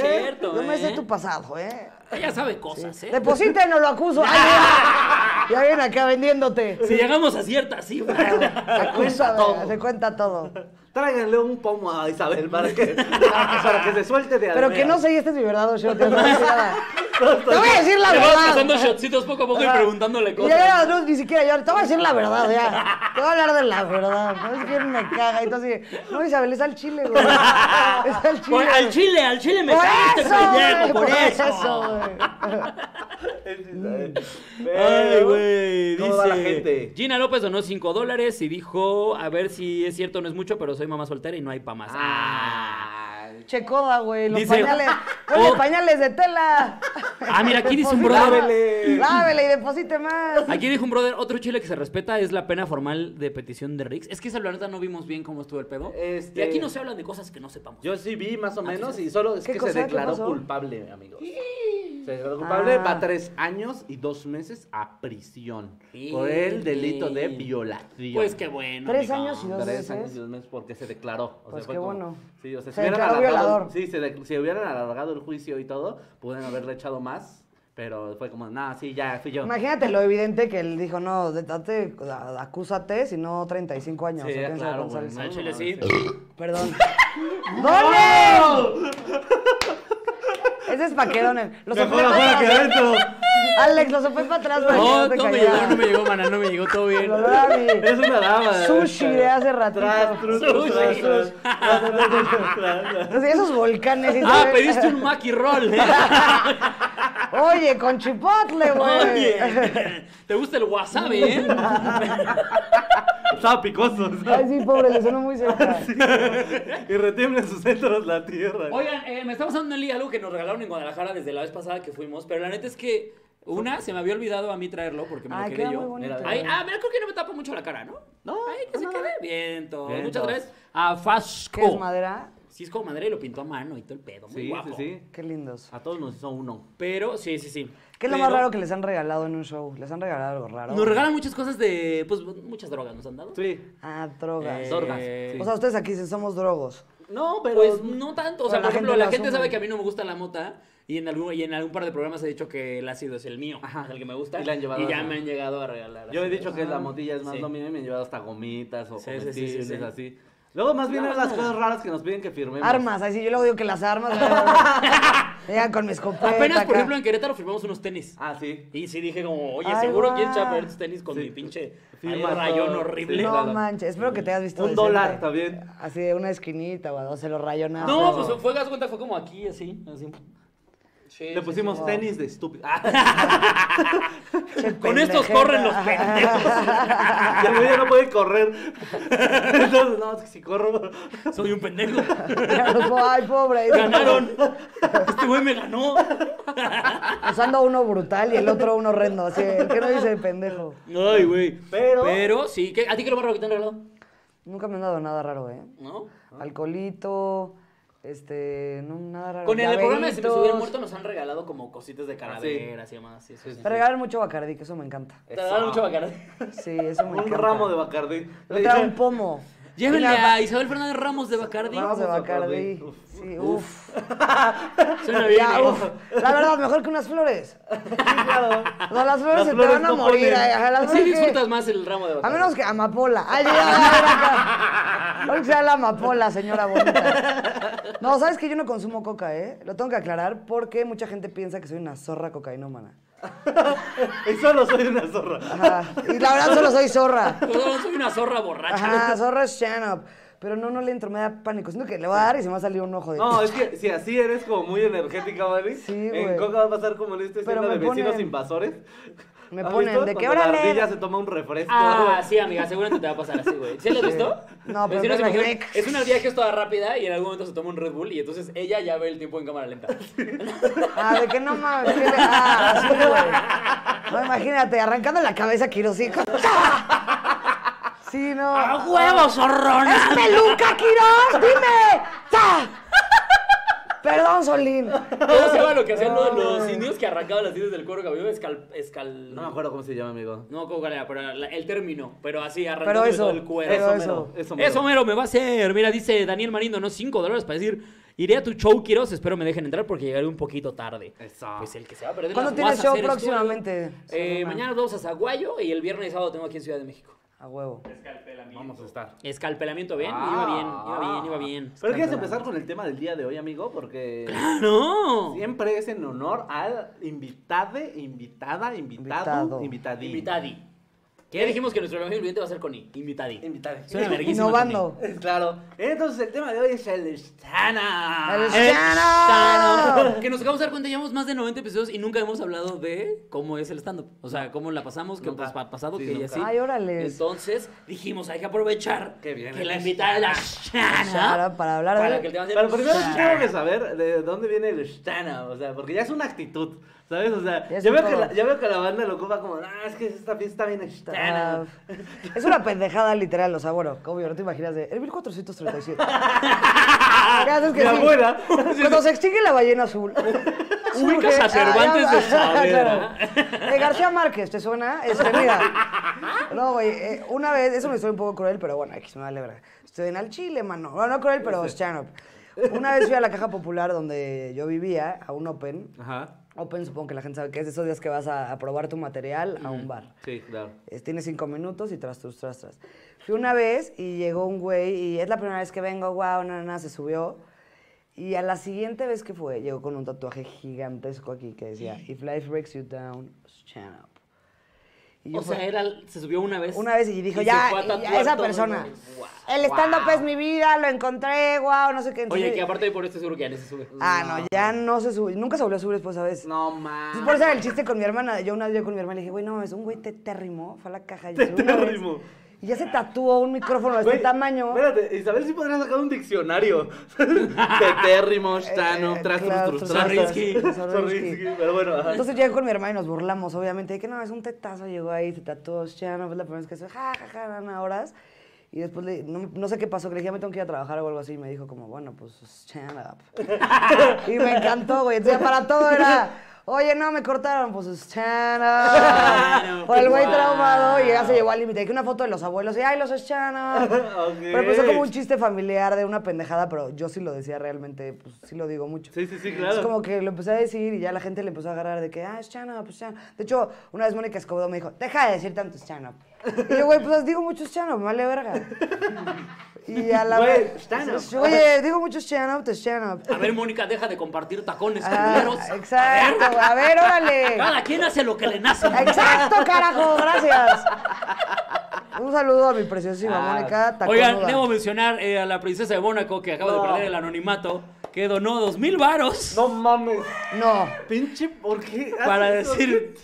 cierto, Yo me sé ¿eh? tu pasado, ¿eh? Ella sabe cosas, ¿eh? Deposita y no lo acuso. Ay, mira. ya viene acá vendiéndote. Si llegamos a cierta cifra. cuenta Se cuenta todo. Se cuenta todo. Tráiganle un pomo a Isabel para que, para que se suelte de Pero que no almeras. sé, este es mi verdadero show. Te voy a decir nada. Te voy a decir la Le vas pasando verdad. shotcitos poco a poco y preguntándole Y ya, cosas. ya, no, ni siquiera yo. Te voy a decir la verdad, ya. Te voy a hablar de la verdad. No es que me caga. Y tú así, no, Isabel, es al chile, güey. Es al chile. Por- al chile, al chile me Por cae este eso, güey, pendejo, por eso. güey. Ay, güey. ¿Cómo va la dice, gente? Gina López donó 5 dólares y dijo: A ver si es cierto, no es mucho, pero soy mamá soltera y no hay pa' más. Ah. Che coda, güey. Los Dice- pañales. Ponle Oh. pañales de tela. Ah, mira, aquí dice un Deposita- brother. Lávele. Lávele y deposite más. Aquí dijo un brother, otro chile que se respeta es la pena formal de petición de Rix. Es que esa la neta no vimos bien cómo estuvo el pedo. Este- Y aquí no se hablan de cosas que no sepamos. Yo sí vi más o menos y solo es Ah, ¿Qué que cosa? se ¿Qué declaró pasó? culpable, amigos. Se declaró culpable, Ah. va a tres años y dos meses a prisión por el delito de violación. Pues qué bueno. Tres amigo. años y dos Tres meses. años y dos meses porque se declaró. O sea, Pues fue qué como- bueno. Sí, o sea, Se si hubieran declaró alargado- violador. Sí, se de- si hubieran alargado el juicio y todo, pudieran haberle echado más, pero fue como, nada, sí, ya fui yo. Imagínate lo evidente que él dijo, no, detate, a- acúsate, si no 35 años. Sí, o quién sabe claro, cuántos güey, años no, Al son. chile sí. Perdón. ¡Donen! Ese es pa' que donen. Lo sopé pa' atrás. adentro. Alex, lo sopé para atrás para No, que no no te me cayera. llegó, no me llegó, maná, no me llegó todo bien. Lo olor a mi- Es una dama. Sushi de hace ratito. Tras, trus, trus, Sushi. tras, trus, tras, tras, tras, tras, tras. Así, Esos volcanes. ¿sí Ah, sabes? pediste un maki roll. Oye, con chipotle, güey. Oye, ¿te gusta el wasabi, eh? Estaba picoso. Ay, sí, pobre, le sonó muy cerca. Y retiembla en sus centros la tierra. Oigan, eh, me está pasando en liga algo que nos regalaron en Guadalajara desde la vez pasada que fuimos, pero la neta es que una se me había olvidado a mí traerlo porque me Ay, lo queda quedé muy yo. bonito. Ay, ah, mira, creo que no me tapa mucho la cara, ¿no? No, Ay, que se quede bien, todo. Vientos. Muchas gracias a Fasco. ¿Qué es madera? Sí, es como madera y lo pintó a mano y todo el pedo. Muy sí, guapo. sí, sí. Qué lindos. A todos nos hizo uno. Pero, sí, sí, sí. ¿Qué es lo más Pero raro que les han regalado en un show? ¿Les han regalado algo raro? Nos regalan muchas cosas de. Pues muchas drogas nos han dado. Sí. Ah, drogas. Eh, Sorgas. sí. O sea, ustedes aquí dicen somos drogos. no, pero. Pues no tanto. O sea, Pero la por ejemplo, gente lo la gente asume. sabe que a mí no me gusta la mota. Y en, algún, y en algún par de programas he dicho que el ácido es el mío, Ajá. es el que me gusta. Y le han llevado ya a- me han llegado a regalar. Yo he así. dicho que la motilla es más Sí. lo mío y me han llevado hasta gomitas o Sí, sí, sí, comestibles sí, sí. así. Luego, más bien, No, eran las no. cosas raras que nos piden que firmemos. Armas, ahí sí, yo luego digo que las armas. Llegan con mi escopeta. Apenas, Ah, acá. por ejemplo, en Querétaro firmamos unos tenis. Ah, sí. Y sí dije como, oye, Ay, seguro guau. quién chapa estos tenis con Sí. mi pinche Firma ahí rayón todo. horrible. Sí, No claro. manches, espero que te hayas visto. Un decente. dólar también. Así de una esquinita o a dos, se lo rayonaron. No, pues fue, haz cuenta, fue como aquí, así, así. Sí, Le sí, pusimos sí. tenis de estúpido. Ah, Con estos corren los pendejos. ya, no- ya no puede correr. Entonces, no, es que si corro. Soy un pendejo. pues, Ay, pobre. pues, Ganaron. Este güey me ganó. Usando pues, uno brutal y el otro uno horrendo. Así, el que no dice pendejo. Ay, güey. Pero- Pero sí, ¿qué? ¿a ti qué es lo más raro que te han regalado? Nunca me han dado nada raro, ¿eh? ¿No? Alcoholito, este, no, nada raro. Con el programa de Se me Llaveritos. subió el muerto nos han regalado como cositas de calaveras y demás. Sí, sí, sí. Me Ah, regalan mucho Bacardí, que eso me encanta. Te regalan mucho bacardí. Sí, eso me Un encanta. ramo de Bacardí. Yo te hago un pomo. Llévenle Mira, a Isabel Fernández Ramos de Bacardi. Ramos de Bacardí. Bacardí. Uf. Sí, uf. Suena bien. Ya, ¿eh? uf. La verdad, mejor que unas flores. Sí, claro. No, las flores Las se flores te van a no morir. ponen. eh, ajá, las Sí flores que- disfrutas más el ramo de A Bacardi. menos que amapola. Ay, ya, ya, ya, ya. No que sea la amapola, señora bonita. No, sabes que yo no consumo coca, ¿eh? Lo tengo que aclarar porque mucha gente piensa que soy una zorra cocainómana. Y solo soy una zorra. Ajá. Y la verdad solo soy zorra. Yo soy una zorra borracha. Ajá, zorra es Shannon. Pero no, no le entro, me da pánico. Siento que le voy a dar y se me va a salir un ojo de. No, es que si así eres como muy energética, ¿vale? Sí, güey. En Coca va a pasar como en esta Pero escena de me vecinos ponen- invasores. Me ¿Has ponen visto? de que, Cuando órale. La ardilla se toma un refresco. Ah, sí, amiga, seguramente te va a pasar así, güey. ¿Sí lo has Sí. visto? No, pero Es decir, no se me imagina- cree. Es una ardilla que es toda rápida y en algún momento se toma un Red Bull y entonces ella ya ve el tiempo en cámara lenta. Ah, de que no mames. ¿qué le- ah, sí, güey. No, imagínate, arrancando la cabeza Quirosico. Sí, no. ¡A huevo, zorrona! ¡Es peluca, Quirós! ¡Dime! ¡Ta! Perdón, Solín. ¿Cómo se llama lo que hacían los, los indios que arrancaban las tiendas del cuero cabelludo? Escal... escal... No me acuerdo cómo se llama, amigo. No, ¿cómo era? Pero la- el término. Pero así, Pero arrancando eso. todo el cuero. Pero Eso, eso. mero, eso mero. Eso, mero, me va a hacer. Mira, dice Daniel Marindo, no 5 dólares para decir, iré a tu show, Quiroz, espero me dejen entrar porque llegaré un poquito tarde. Eso. Pues el que se va a perder. ¿Cuándo las tienes vas a show hacer es tú. próximamente? Eh, Solana? mañana vamos a Zaguayo y el viernes y sábado tengo aquí en Ciudad de México. A huevo. Vamos a estar. Escalpelamiento, bien, iba bien, iba bien, iba bien. Ah. Pero quieres empezar con el tema del día de hoy, amigo, porque ¡No! siempre es en honor al invitade, invitada, invitado, Invitado. invitadí. Invitadi. Ya dijimos que nuestro amigo cliente va a ser con I. Invitadi. Invitade. Suena verguísima. Innovando. Eh, Claro. Entonces el tema de hoy es el Stana. El también. ¡Stand-up! Eh, Que nos acabamos de dar cuenta, llevamos más de 90 episodios y nunca hemos hablado de cómo es el stand-up. O sea, cómo la pasamos, qué Nunca. pues, pa- pasado, Sí, que ya nunca. sí. Ay, órale. Entonces dijimos, hay que aprovechar Qué bien, que la eres. invitada es la Shana, Shana. para hablar de- pues, Para que el tema sea Pero primero Shana. tengo que saber de dónde viene el Stana, o sea, porque ya es una actitud, ¿sabes? O sea, Ya es ya un veo, que todo. la, ya veo que la banda lo ocupa como, ah, es que esta fiesta bien Stana. Ah, Es una pendejada literal, o sea, bueno, obvio, no te imaginas de. El 1437. ¿Qué haces que Mi sí? abuela. Cuando se extingue la ballena azul. Ubicas a Cervantes Ah, de ya va. Saavedra. Claro. Eh, García Márquez, ¿te suena? Este, mira. No, güey, eh, una vez, es una historia un poco cruel, pero bueno, aquí se me vale verga. Estoy en el Chile, mano. No, no cruel, pero stand up. Una vez fui a la caja popular donde yo vivía, a un open. Ajá, Open, supongo que la gente sabe que es de esos días que vas a, a probar tu material a un bar. sí, claro. Es- eh, Tienes cinco minutos y tras, tras, tras, tras. Fui una vez y llegó un güey y es la primera vez que vengo, guau, nada, nada, se subió. Y a la siguiente vez que fue, llegó con un tatuaje gigantesco aquí que decía, If life breaks you down, stand up. Y yo O sea, fue- era, se subió una vez. una vez y dijo, se ya, fue a y- tatuar ya esa todo el persona, mundo. Guau. el stand-up es mi vida, lo encontré, guau, no sé qué. Oye, Entonces- que aparte de por esto seguro que ya no se sube. Ah, no, ya no se subió, nunca se volvió a subir después, ¿sabes? No Entonces, mames. por eso era el chiste con mi hermana. Yo una vez yo con mi hermana le dije, güey, no mames, un güey tetérrimo. Fue a la caja y se subió una vez, Tetérrimo. Y ya se tatuó un micrófono de este Güey, tamaño. Espérate, Isabel sí podría sacar un diccionario. Tetérrimo, Stano, eh, tras, claro, trus, trus, tras, tras. Zorrinsky. Zorrinsky, Pero bueno, ajá. Entonces llegué con mi hermana y nos burlamos, obviamente. de que no, es un tetazo. Llegó ahí, se tatuó, ya no fue la primera vez que se ja, ja, ja, na, na, horas. Y después, le- no, no sé qué pasó, que le dije, ya me tengo que ir a trabajar o algo así. Y me dijo como, bueno, pues, stand up. y me encantó, güey. Entonces, ya para todo era, oye, no, me cortaron, pues, stand up. o el güey Wow. traumado y ya se llevó al límite. Que una foto de los abuelos y, ay, los stand up. Ok. Pero empezó como un chiste familiar de una pendejada, pero yo sí lo decía realmente, pues, sí lo digo mucho. Sí, sí, sí, claro. Es como que lo empecé a decir y ya la gente le empezó a agarrar de que, ah, es stand-up, es stand-up". De hecho, una vez Mónica Escobedo me dijo, deja de decir tanto stand-up. Y yo, güey, pues digo mucho stand-up, me vale verga. Y a la Güey, vez. stand-up. yo, Oye, digo mucho stand-up, te stand-up. A ver, Mónica, deja de compartir tacones Ah, culeros. exacto, A ver, a ver, órale. Cada quien hace lo que le nace. Exacto, carajo, gracias. Un saludo a mi preciosísima Ah. Mónica Taconuda. Oigan, debo mencionar eh, a la princesa de Mónaco que acaba No. de perder el anonimato, que donó dos mil varos No mames. No. Pinche, ¿por qué? haces para eso? decir...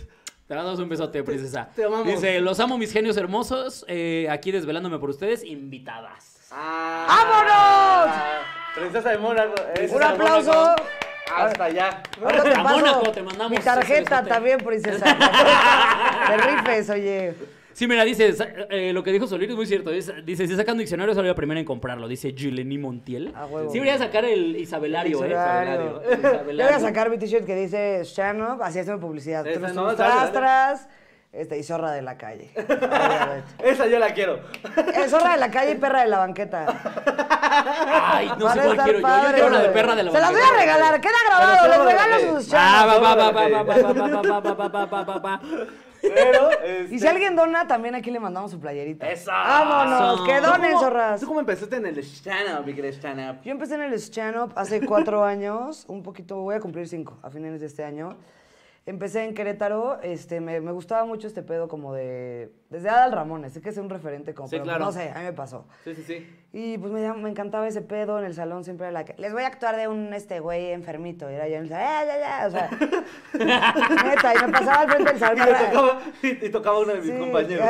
Te damos un besote, princesa. Te amamos. Dice, los amo, mis genios hermosos, eh, aquí desvelándome por ustedes, invitadas. Ah. ¡Vámonos! Princesa de Mónaco. eh. Un aplauso. Hasta allá. Ahorita te A paso Mónaco te mandamos Mi ese tarjeta besote. también, princesa. Te rifes, oye. Sí, mira, dice, sa- eh, lo que dijo Solín es muy cierto. Dice, dice, si sacan diccionario, soy la primera en comprarlo. Dice Gileni Montiel. A huevo. Sí, debería sacar el Isabelario, ¿eh? Isabelario. El Le voy a sacar mi t-shirt que dice Shannon, así es mi publicidad. Esa, Trus, no, trus, dale, tras, dale. tras. Este, y zorra de la calle. Obviamente. Esa yo la quiero. Eh, zorra de la calle y perra de la banqueta. Ay, no sé Van a cuál estar quiero yo. Yo padres, quiero la de güey. perra de la Se las voy banqueta. a regalar, queda grabado. Pero zorra de Les la regalo calle. sus Ah, Va, Shannon. va, va, va, va, va, va, va, va, va, va, va, va, va, va. Pero. Y este, si alguien dona, también aquí le mandamos su playerita. ¡Eso! ¡Vámonos! ¡Que ¿Tú donen, cómo- zorras! ¿Tú cómo empezaste en el stand-up, mi querida stand-up? Yo empecé en el stand-up hace cuatro años, un poquito, voy a cumplir cinco a finales de este año. Empecé en Querétaro, este, me, me gustaba mucho este pedo como de... Desde Adal Ramones, sé que es un referente como... Sí, pero claro. No sé, a mí me pasó. Sí, sí, sí. Y pues me, da- me encantaba ese pedo en el salón, siempre era la que, les voy a actuar de un este güey enfermito. Y era yo en el salón, "Ah, ya, ya", o sea, neta, y me pasaba al frente del Y, salón. le para- tocaba, y, y tocaba a uno de mis Sí. compañeros.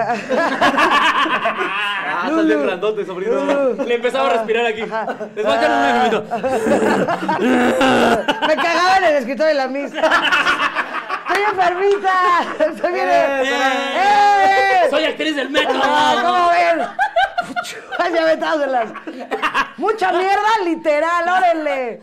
ah, estás bien grandote, sobrino. Le Ah, empezaba a respirar aquí. Les voy a echar un momento. me cagaba en el escritorio de la misa. ¡Estoy enfermita! ¡Estoy bien! Eh, ¡Eh! Soy actriz del metro. Ah, ¿Cómo ven? Ay, ya metádselas. Mucha mierda, literal, órale.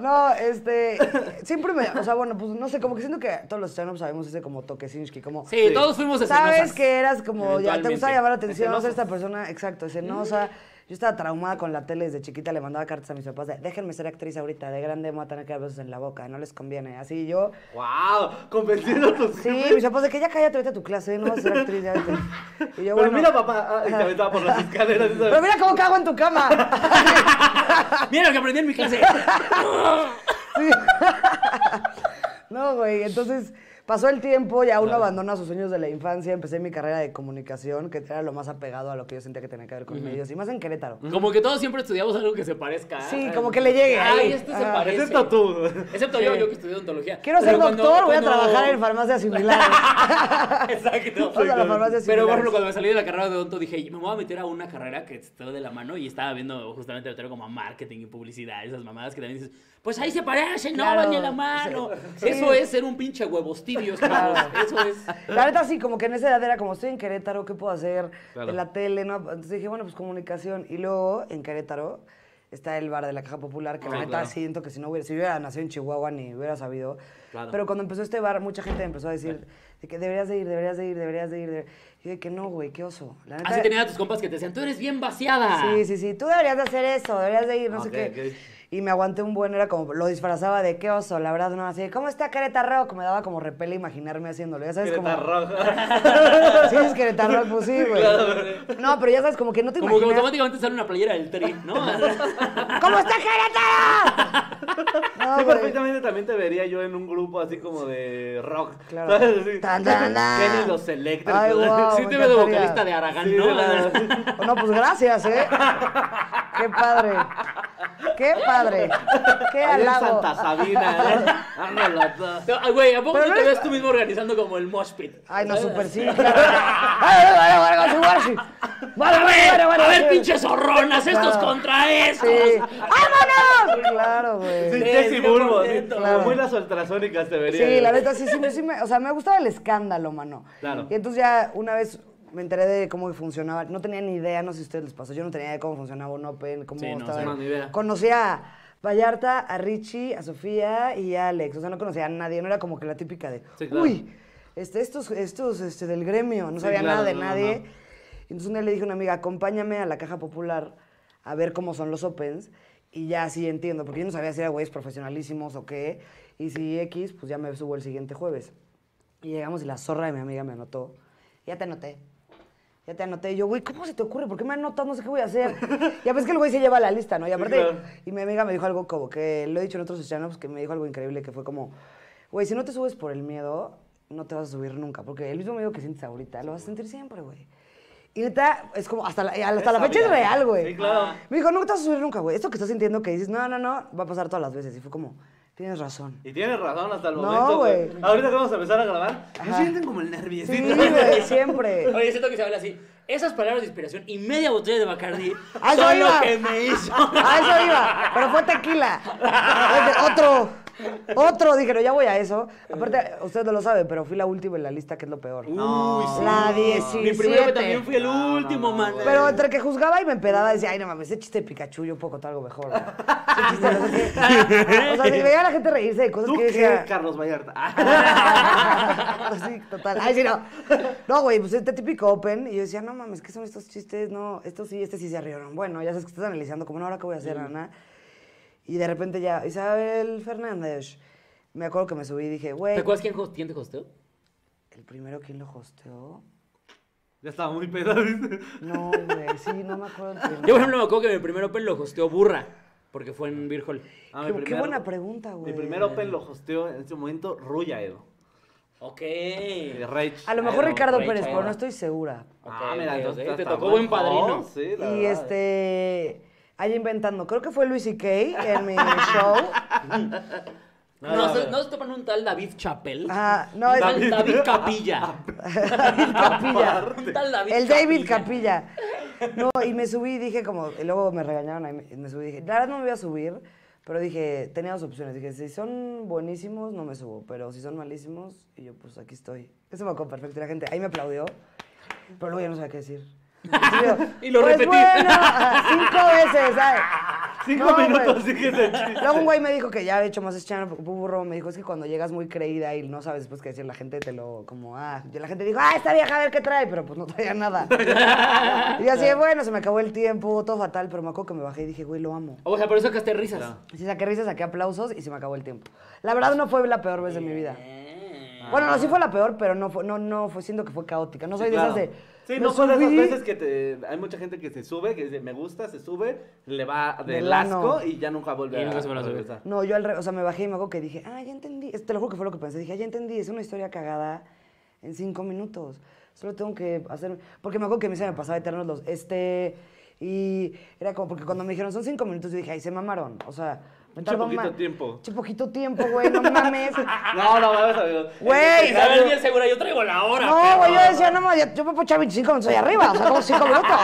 No, este, siempre me, o sea, bueno, pues no sé, como que siento que todos los stand-ups sabemos ese como toquesinski, como... Sí, Sí. todos fuimos escenosas. Sabes que eras como, ya te gusta Eventualmente. llamar la atención, no Escenoso. sé, esta persona, exacto, escenosa. Yo estaba traumada con la tele desde chiquita, le mandaba cartas a mis papás de, déjenme ser actriz ahorita, de grande me voy a tener que dar besos en la boca, no les conviene. Así yo, ¡Wow! Convenciendo a tus sí, mis papás de que ya cállate ahorita a tu clase, no vas a ser actriz, ya vete. Y Pero yo, bueno. mira, papá, ah, y te aventaba por las escaleras. y Pero mira cómo cago en tu cama. Ah, Mira lo que aprendí en mi clase. Sí. No, güey, entonces pasó el tiempo, ya uno abandona sus sueños de la infancia, empecé mi carrera de comunicación, que era lo más apegado a lo que yo sentía que tenía que ver con medios, y más en Querétaro. Como que todos siempre estudiamos algo que se parezca. ¿eh? Sí, como que le llegue Ay, ahí. este se Ajá. parece. Excepto tú. Excepto yo, yo que estudié odontología. Quiero ser Pero cuando- doctor, voy a cuando- trabajar en farmacias similares. Exacto. Vamos a la farmacia Pero por similares. ejemplo, cuando me salí de la carrera de odonto dije, me voy a meter a una carrera que esté de la mano y estaba viendo justamente meter como a marketing y publicidad, esas mamadas que también dices, pues ahí se parecen, no Claro. van de la mano. Sí. Eso es ser un pinche huevos tibios, chavos. Eso es. La neta sí, como que en esa edad era como, estoy en Querétaro, ¿qué puedo hacer? Claro. En la tele, ¿no? Entonces dije, bueno, pues comunicación. Y luego, en Querétaro, está el bar de la Caja Popular, que la Sí, neta Ah, claro. siento que si no hubiera, si hubiera nacido en Chihuahua ni hubiera sabido. Claro. Pero cuando empezó este bar, mucha gente me empezó a decir, de que deberías de ir, deberías de ir, deberías de ir. de- Y yo de que no, güey, qué oso. Ah, La neta, Así tenía a tus compas que te decían, tú eres bien vaciada. Sí, sí, sí, tú deberías de hacer eso, deberías de ir, no Ah, sé ok, qué. Y me aguanté un buen, era como, lo disfrazaba de qué oso, la verdad, no, así, de, ¿cómo está Querétaro? Que me daba como repele imaginarme haciéndolo, ya sabes, como... Querétaro. sí, es Querétaro, pues sí, güey. No, pero ya sabes, como que no te Como que imaginas... automáticamente sale una playera del tri, ¿no? ¿Cómo está Querétaro? Sí, No, güey. perfectamente también te vería yo en un grupo así como de rock. Claro. ¿Sabes? Así. Tan, tan, tan. Kenny los eléctricos. Ay, guau. sí me te veo de encantaría. vocalista de Aragán, Sí, ¿no? de la- Oh, No, pues gracias, ¿eh? Qué padre. Qué padre. Qué Ahí en halago. Santa Sabina. ¿eh? Ándala, ta. Ah, Güey, ¿a poco Pero no no te es- ves tú mismo organizando como el mosh pit? Ay, no, súper sí. claro. Ay, ay, ay, ay, ay, igual sí. Vale, A vale, ver, vale, vale, a ver, sí. pinches zorronas, estos Claro. contra estos. Sí. ¡Vámonos! Claro, Sí, güey. Jesse Bulbo. así. 100%. Como Muy las ultrasónicas te vería. Sí, yo. la neta, sí, sí, me- sí me- o sea, me gustaba el escándalo, mano. Claro. Y entonces ya una vez me enteré de cómo funcionaba, no tenía ni idea, no sé si a ustedes les pasó, yo no tenía idea de cómo funcionaba un Open, cómo Sí, no, estaba. sí, no, ni idea. Conocía a Vallarta, a Richie, a Sofía y a Alex, o sea, no conocía a nadie, no era como que la típica de, Sí, claro. uy, este, estos, estos, este, del gremio, no Sí, sabía claro, nada de no, no, nadie. no. Entonces un día le dije a una amiga, acompáñame a la caja popular a ver cómo son los opens. Y ya sí entiendo, porque yo no sabía si era güeyes profesionalísimos o qué. Y si X, pues ya me subo el siguiente jueves. Y llegamos y la zorra de mi amiga me anotó. Ya te anoté. Ya te anoté. Y yo, güey, ¿cómo se te ocurre? ¿Por qué me anotas? No sé qué voy a hacer. ya ves que el güey se lleva la lista, ¿no? Y aparte, claro. y mi amiga me dijo algo como que lo he dicho en otros stand que me dijo algo increíble que fue como, güey, si no te subes por el miedo, no te vas a subir nunca. Porque el mismo miedo que sientes ahorita lo vas a sentir siempre, güey. Y neta, es como, hasta la, eh, hasta la fecha es real, güey. Sí, claro. Me dijo, no te vas a subir nunca, güey. Esto que estás sintiendo que dices, no, no, no, va a pasar todas las veces. Y fue como, tienes razón. Y tienes razón hasta el No, momento, güey. güey. Ahorita que vamos a empezar a grabar, me Ajá. sienten como el Sí, nerviosito. güey, siempre. Oye, siento que se habla así. Esas palabras de inspiración y media botella de Bacardi ¡Ah, son eso lo iba! que me hizo. ¡Ah, eso iba! Pero fue tequila. Otro. Otro. Dije, no, ya voy a eso. Aparte, usted no lo sabe, pero fui la última en la lista, que es lo peor. Uy, sí. La Mi primero 17. que también fui el último, man. Pero entre que juzgaba y me empedaba, decía, ay, no mames, ese chiste de Pikachu, yo puedo contar algo mejor. ¿no? Ese chiste de no sé qué. O sea, si veía a la gente reírse de cosas ¿Tú qué, que yo decía... Carlos Vallarta? Ah. sí, total. Ay, sí, no. No, güey, pues este típico open. Y yo decía, no mames, ¿qué son estos chistes? No, estos sí, este sí se rieron. Bueno, ya sabes que estás analizando, como, no, ahora qué voy a hacer, Ana. Y de repente ya, Isabel Fernández. Me acuerdo que me subí y dije, ¿Te güey, acuerdas quién, host- quién te hosteó? ¿el primero quién lo hosteó? Ya estaba muy pedo. ¿viste? No, güey, sí, no me acuerdo. el Yo, por primero. ejemplo, me acuerdo que mi primer open lo hosteó Burra. Porque fue en Virgol. Ah, mi Qué- qué primer- buena pregunta, güey. Mi primer Open lo hosteó en ese momento Ruya Edo. Ok. de Rage. A lo mejor Bueno, Ricardo Rachel. Pérez, pero no estoy segura. Ah, Ok, mira, ok, entonces ok, te hasta tocó buen padrino. Sí, la Y verdad. este. Ahí inventando, creo que fue Luis y Kay en mi show. No, se, no se topan un tal David Chapel. Ah, no, es- Tal David Capilla. David Capilla. Un tal David El David Capilla. No, y me subí y dije como, y luego me regañaron, ahí me, me subí y dije, la verdad no me voy a subir, pero dije, tenía dos opciones, dije, si son buenísimos no me subo, pero si son malísimos, y yo pues aquí estoy. Eso me acuerdo perfecto, y la gente ahí me aplaudió, pero luego ya no sabía qué decir. Y lo pues repetí. bueno, ajá, cinco veces, ¿sabes? Cinco No, pues, minutos güey. sí que es el chiste. Luego un güey me dijo que ya había hecho más stand burro, me dijo, es que cuando llegas muy creída y no sabes después qué decir, la gente te lo, como, ah, y la gente dijo, ah, esta vieja, a ver qué trae, pero pues no traía nada. y yo así, de, bueno, se me acabó el tiempo, todo fatal, pero me acuerdo que me bajé y dije, güey, lo amo. O sea, por eso sacaste risas. Y Si saqué risas, saqué aplausos y se me acabó el tiempo. La verdad no fue la peor vez de mi vida. Eh. Bueno, no, sí fue la peor, pero no fue, no, no fue, siento que fue caótica. No soy Sí, claro. de esas de. Sí, me no son de esas subí, veces que te, hay mucha gente que se sube, que dice me gusta, se sube, le va de Del lasco ano. y ya nunca vuelve Y a, nunca se vuelve a subir. regresar. No, yo al re- o sea, me bajé y me hago que dije, ah, ya entendí. Es- Te lo juro que fue lo que pensé. Dije, ah, ya entendí, es una historia cagada en cinco minutos. Solo tengo que hacer. Porque me acuerdo que a mí se me pasaba eternos los este. Y era como, porque cuando me dijeron son cinco minutos, yo dije, ay, se mamaron. O sea, me Che, tardó poquito más. tiempo. ah, Che, poquito tiempo, güey, no mames. No, no, mames, amigos. Güey. La verdad es bien segura, yo traigo la hora. No, perro. güey, yo decía, no, mames, yo, yo me puedo echar 25 minutos ahí arriba, o sea, como cinco minutos.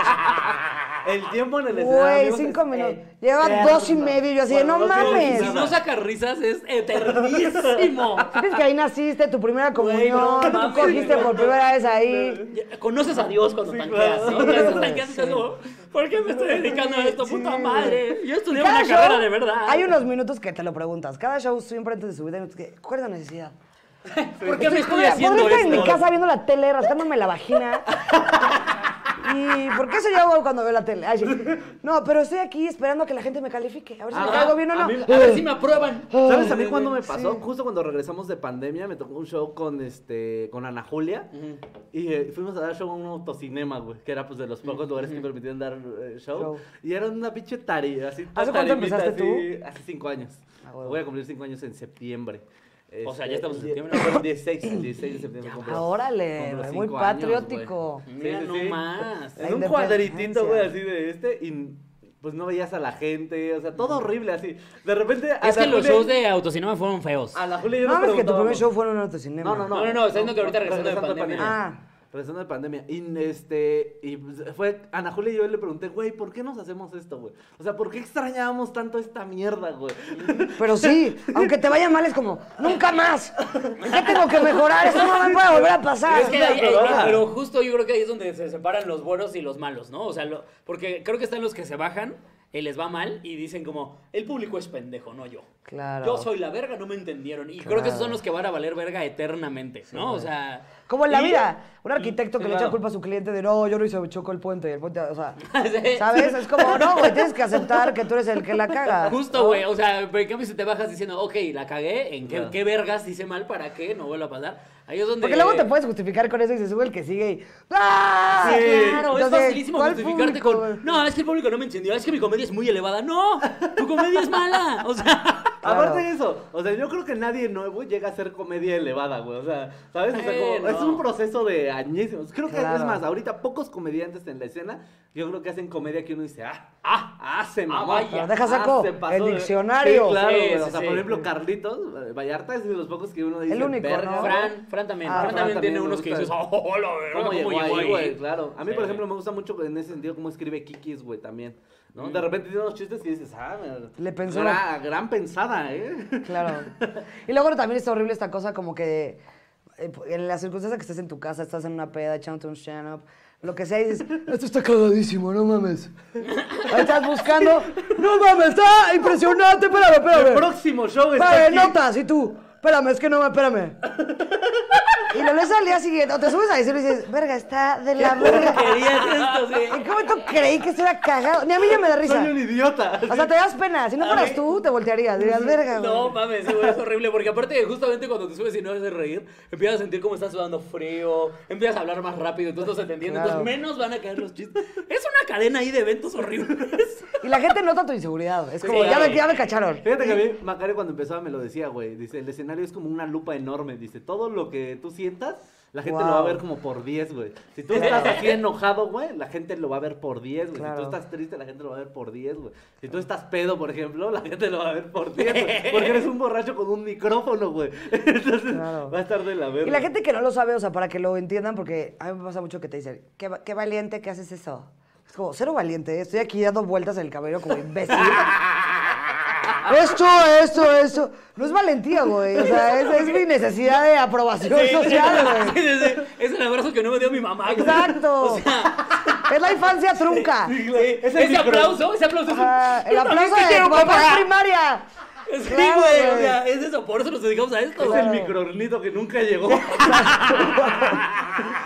El tiempo en el escenario. Güey, amigos, cinco es minutos. eterno. Lleva dos y medio, y yo así de, no Bueno, dos y medio, mames. Si no sacas risas es eternísimo. Sientes que ahí naciste, tu primera comunión, no tú mames, cogiste güey. por primera vez ahí. Ya Conoces a Dios cuando Sí, tanqueas. claro. ¿no? Ya estás tanqueando y estás como, ¿Por qué me estoy dedicando a esto, puta madre? Yo estudié una Cada carrera show, de verdad. Hay unos minutos que te lo preguntas. Cada show siempre antes de subir, hay minutos que, ¿cuál es la necesidad? ¿Por qué me estoy Podría haciendo estar en mi esto? casa viendo la tele, rascándome la vagina. Y porque eso yo hago cuando veo la tele. Ay, sí. no, pero estoy aquí esperando a que la gente me califique. A ver si me Ajá, caigo bien o a no. mí- A ver si me aprueban. ¿Sabes a mí cuándo me pasó? Justo cuando regresamos de pandemia, me tocó un show con este con Ana Julia y eh, fuimos a dar show a un autocinema, güey, que era pues de los pocos lugares que permitían dar eh, show, Show. y era una pinche tari, así ¿Hace cuánto tarimita, empezaste así, Hace cinco años. Ah, huevo. Voy a cumplir cinco años en septiembre. O sea, Este, ya estamos en die- septiembre. no, El 16, el 16 de septiembre. cumplo- Ah, órale, cumplo güey, cinco muy años, güey. patriótico. Sí, Mira sí, sí. nomás. La En un cuadritito, güey, así independencia. de este y pues no veías a la gente, o sea, todo horrible así. De repente Es que Ana los Julia- shows de autocinema fueron feos. a la Julia y yo No, nos es que tu primer preguntábamos- show fue en un autocinema. No, no, no. No, no, no, está diciendo que ahorita regresando de pandemia. Ah. Regresando de pandemia. Y este. Y pues, fue. Ana Julia y yo le pregunté, güey, ¿por qué nos hacemos esto, güey? O sea, ¿por qué extrañábamos tanto esta mierda, güey? Pero sí, aunque te vaya mal es como, nunca más. ¿Qué tengo que mejorar? Esto no me puede volver a pasar. Es que una ahí- ahí- probada. pero justo yo creo que ahí es donde se separan los buenos y los malos, ¿no? O sea, lo- porque creo que están los que se bajan y les va mal y dicen como, el público es pendejo, no yo. Claro. Yo soy la verga, no me entendieron. Y creo Claro. que esos son los que van a valer verga eternamente, ¿no? O sea... Como en la y- vida, un arquitecto que le echa claro. culpa a su cliente de no, yo no hice, me chocó el puente, el puente, o sea, Sí. ¿sabes? Es como, no, güey, tienes que aceptar que tú eres el que la caga. Justo, güey. O sea, pero en cambio si te bajas diciendo, ok, la cagué, ¿en qué, Claro. qué vergas hice mal para que no vuelva a pasar? Ahí es donde... Porque luego te puedes justificar con eso y se sube el que sigue y ¡Ah! Sí, claro, Entonces, es facilísimo ¿cuál justificarte público, güey? con. No, es que el público no me entendió, es que mi comedia es muy elevada. ¡No! ¡Tu comedia es mala! O sea. Claro. Aparte de eso, o sea, yo creo que nadie nuevo llega a ser comedia elevada, güey. O sea, ¿sabes? O sea, como- Eh, no. Es un proceso de añísimos. Creo que es Claro. más, ahorita pocos comediantes en la escena, yo creo que hacen comedia que uno dice, ah, ah, ah, se mamó. vaya. Ah, Deja saco se pasó el de- diccionario. Sí, claro, Sí, güey. sí, O sea, sí. por ejemplo, Carlitos, eh, Vallarta es de los pocos que uno dice, El único, "Verga, ¿no? güey". Fran, Fran también. Ah, Fran, Fran también tiene también me unos que gusta. dices, ¡oh, la verga! ¿Cómo llegó, ahí, güey? Claro. A mí, por Sí, güey. ejemplo, me gusta mucho en ese sentido cómo escribe Kikis, güey, también. ¿No? Mm. De repente tiene unos chistes y dices, ah, me- Le pensó gra- la- Gran, pensada, ¿eh? Claro. Y luego también está horrible esta cosa como que eh, en la circunstancia que estés en tu casa, estás en una peda, echándote un stand-up, lo que sea, y dices, esto está cagadísimo, no mames. Ahí estás buscando, no mames, está impresionante, espérame, El espérame. próximo show está Vale, aquí. notas, y tú, espérame, es que no me, espérame. Y lo lees al día siguiente, o te subes a decirlo y dices, verga, está de la verga. porquería es esto, sí. ¿En qué momento creí que esto era cagado? Ni a mí ya me da risa. Soy un idiota. O sea, te das pena. Si no A fueras mí- tú, te voltearías. Dirías, verga, güey. No mames, sí, güey, es horrible. Porque aparte, justamente cuando te subes y no haces reír, empiezas a sentir como estás sudando frío, empiezas a hablar más rápido, entonces no se te entiende, Claro. entonces menos van a caer los chistes. Es una cadena ahí de eventos horribles. Y la gente nota tu inseguridad. Es como, ya, claro. me, ya me cacharon. Fíjate que a mí, Macario cuando empezaba me lo decía, güey. Dice, el escenario es como una lupa enorme. Dice, todo lo que tú sientas, la gente lo va a Wow. ver como por 10, güey. Si tú estás así enojado, güey, la gente lo va a ver por 10, güey. Si Claro. tú estás triste, la gente lo va a ver por 10, güey. Si tú estás pedo, por ejemplo, la gente lo va a ver por 10, güey. Porque eres un borracho con un micrófono, güey. Entonces, Claro. va a estar de la verga. Y la gente que no lo sabe, o sea, para que lo entiendan, porque a mí me pasa mucho que te dicen, qué, va- qué valiente que haces eso. Es como, cero valiente, eh, estoy aquí dando vueltas en el cabello como imbécil. esto, esto, esto. No es valentía, güey. O sea, es, es mi necesidad de aprobación social, Sí, güey. sí, sí. Es el abrazo que no me dio mi mamá. güey. Exacto. Ah, O sea, Es la infancia trunca. sí, ese, aplauso, ese aplauso es un- Ajá, el Yo también aplauso te de quiero, papá papá. primaria. Sí, Claro, güey, o güey. sea, es eso, por eso nos dedicamos a esto. Es güey. el microornito que nunca llegó.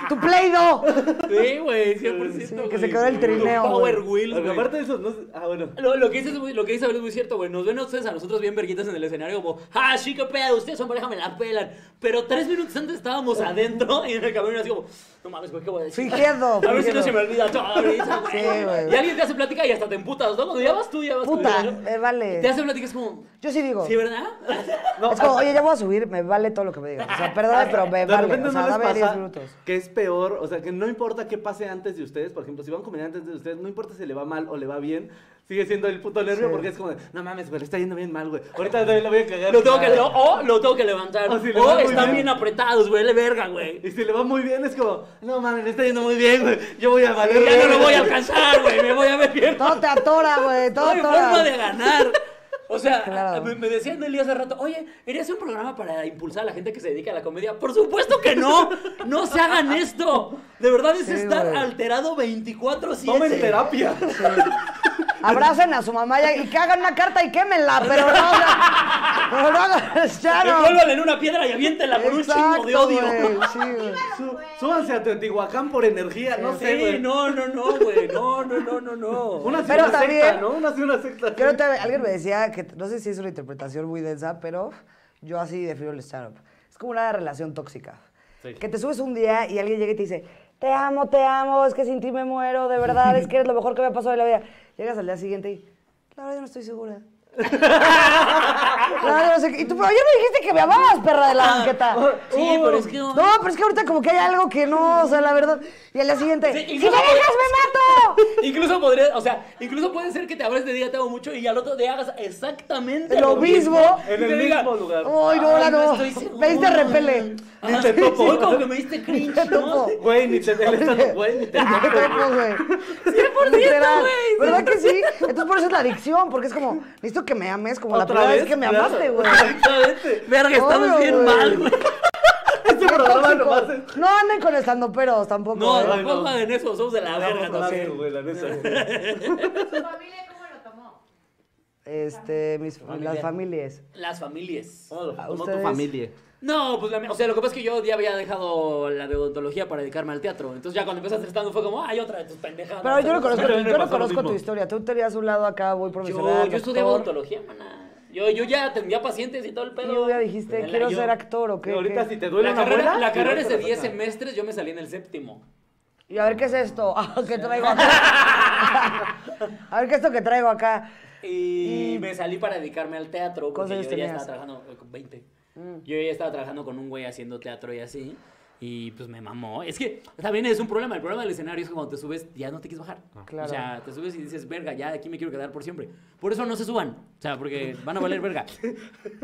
Tu play doh. Sí, güey, 100%. Sí, que güey. se quedó el trineo, Los Power güey. Wheels, Porque güey. aparte de eso, no sé- Ah, bueno. Lo, lo que dices es muy- lo que dice Abel es muy cierto, güey. Nos ven a ustedes a nosotros bien verguitas en el escenario como, ah, sí, qué pedo, ustedes son pareja, me la pelan. Pero tres minutos antes estábamos adentro y en el camino así como, no mames, güey, qué voy a decir. Fingiendo, A ver si no fingiendo. se me olvida todo ahorita, güey. Sí, güey. Y alguien te hace plática y hasta te emputas, ¿no? Cuando ya vas tú, ya vas Puta, tú. ya, ¿no? me vale. Te hace plática es como, Yo sí digo. ¿sí, verdad? No, es como, hasta- oye, ya voy a subir, me vale todo lo que me digas. O sea, perdóname, pero me De vale. repente O sea, no les dame 10 pasa minutos. que es peor, o sea, que no importa qué pase antes de ustedes, por ejemplo, si van comediante antes de ustedes, no importa si le va mal o le va bien, sigue siendo el puto nervio Sí. porque es como, de, no mames, güey, le está yendo bien mal, güey. Ahorita también la voy a cagar. Lo tengo que, lo- o lo tengo que levantar. O si Ah, le va o muy están bien. bien apretados, güey, le verga, güey. Y si le va muy bien es como, no mames, le está yendo muy bien, güey. Yo voy a valer. Ya no verga". lo voy a alcanzar, güey, me voy a ver bien. Todo te atora, güey. No Todo hay te forma de atora. ganar. O sea, Claro. me, me decía Nelly hace rato, oye, ¿eres un programa para impulsar a la gente que se dedica a la comedia? Por supuesto que no. No se hagan esto. De verdad es Sí, estar güey. alterado 24-7. Tomen terapia. Abracen a su mamá ya- y que hagan una carta y quémenla, pero no. o sea, Pero no hagas, Charo. Envuélvela en una piedra y aviéntela por un chingo de odio. güey, sí, güey. Su- súbanse a Teotihuacán por energía, no sé, sí, güey. no, no, no, güey. No, no, no, no, no. Una sí Pero una secta, también- ¿no? Una sí una secta. Creo que alguien me decía que, no sé si es una interpretación muy densa, pero yo así defino el stand-up. Es como una relación tóxica. Que te subes un día y alguien llega y te dice, te amo, te amo, es que sin ti me muero, de verdad, es que eres lo mejor que me ha pasado en la vida. Llegas al día siguiente y, la verdad, yo no estoy segura. La verdad, no sé qué. Y tú, pero ya me dijiste que me amabas, perra de la banqueta. Uh. Sí, pero es que... No, pero es que ahorita como que hay algo que no, o sea, la verdad. Y al día siguiente, Sí, si me incluso- dejas, me mato. Incluso podría, o sea, incluso puede ser que te abres de día te amo mucho y al otro día hagas exactamente Lo mismo. En Y te el diga, mismo lugar. Ay, no, "Ay, la no. estoy segura". Me diste repele. Ajá, Ni te topo. sí, como que me diste cringe, Te ¿no? topo. Güey, ni te él está- güey, ni te Qué tacos, güey. Literal. güey. ¿Verdad que sí? Entonces por eso es la adicción, porque es como, necesito que me ames como la ¿Otra primera vez, vez? que me Claro. amaste, güey. Exactamente. Verga, estamos Obvio, bien güey. mal, güey. Este Qué programa tóxico. nomás es- No anden con estandoperos tampoco. No, ¿eh? no, no. no en eso, somos de la verga, Vamos a no ver, sé. güey, la neta. ¿Su familia cómo lo tomó? Este, mis, las familias. Las familias. ¿A Como tu ustedes? familia. No, pues la mía- o sea, lo que pasa es que yo ya había dejado la de odontología para dedicarme al teatro. Entonces ya cuando empezaste estando fue como, ay, otra de tus pendejadas. Pero yo no A conozco, mí también me yo no pasó lo conozco tu mismo. historia. Tú tenías un lado acá muy Yo, profesional. yo estudiaba doctor. odontología, maná. Yo, yo ya tenía pacientes y todo el Y pedo. luego ya dijiste, Yo- quiero yo- ser actor o qué. ahorita qué? si te duele La una carrera, muela, la carrera es te de la 10 sacan. semestres, yo me salí en el séptimo. Y a ver qué es esto Ah, que traigo acá. a ver qué es esto que traigo acá. Y me salí para dedicarme al teatro Mm. ¿Cuántos porque yo años ya tenías? Mm. estaba trabajando eh, con 20. Yo ya estaba trabajando con un güey haciendo teatro y así. Y pues me mamó. Es que también es un problema. El problema del escenario es que cuando te subes ya no te quieres bajar. Ah. Claro. O sea, te subes y dices, verga, ya de aquí me quiero quedar por siempre. Por eso no se suban. O sea, porque van a valer verga.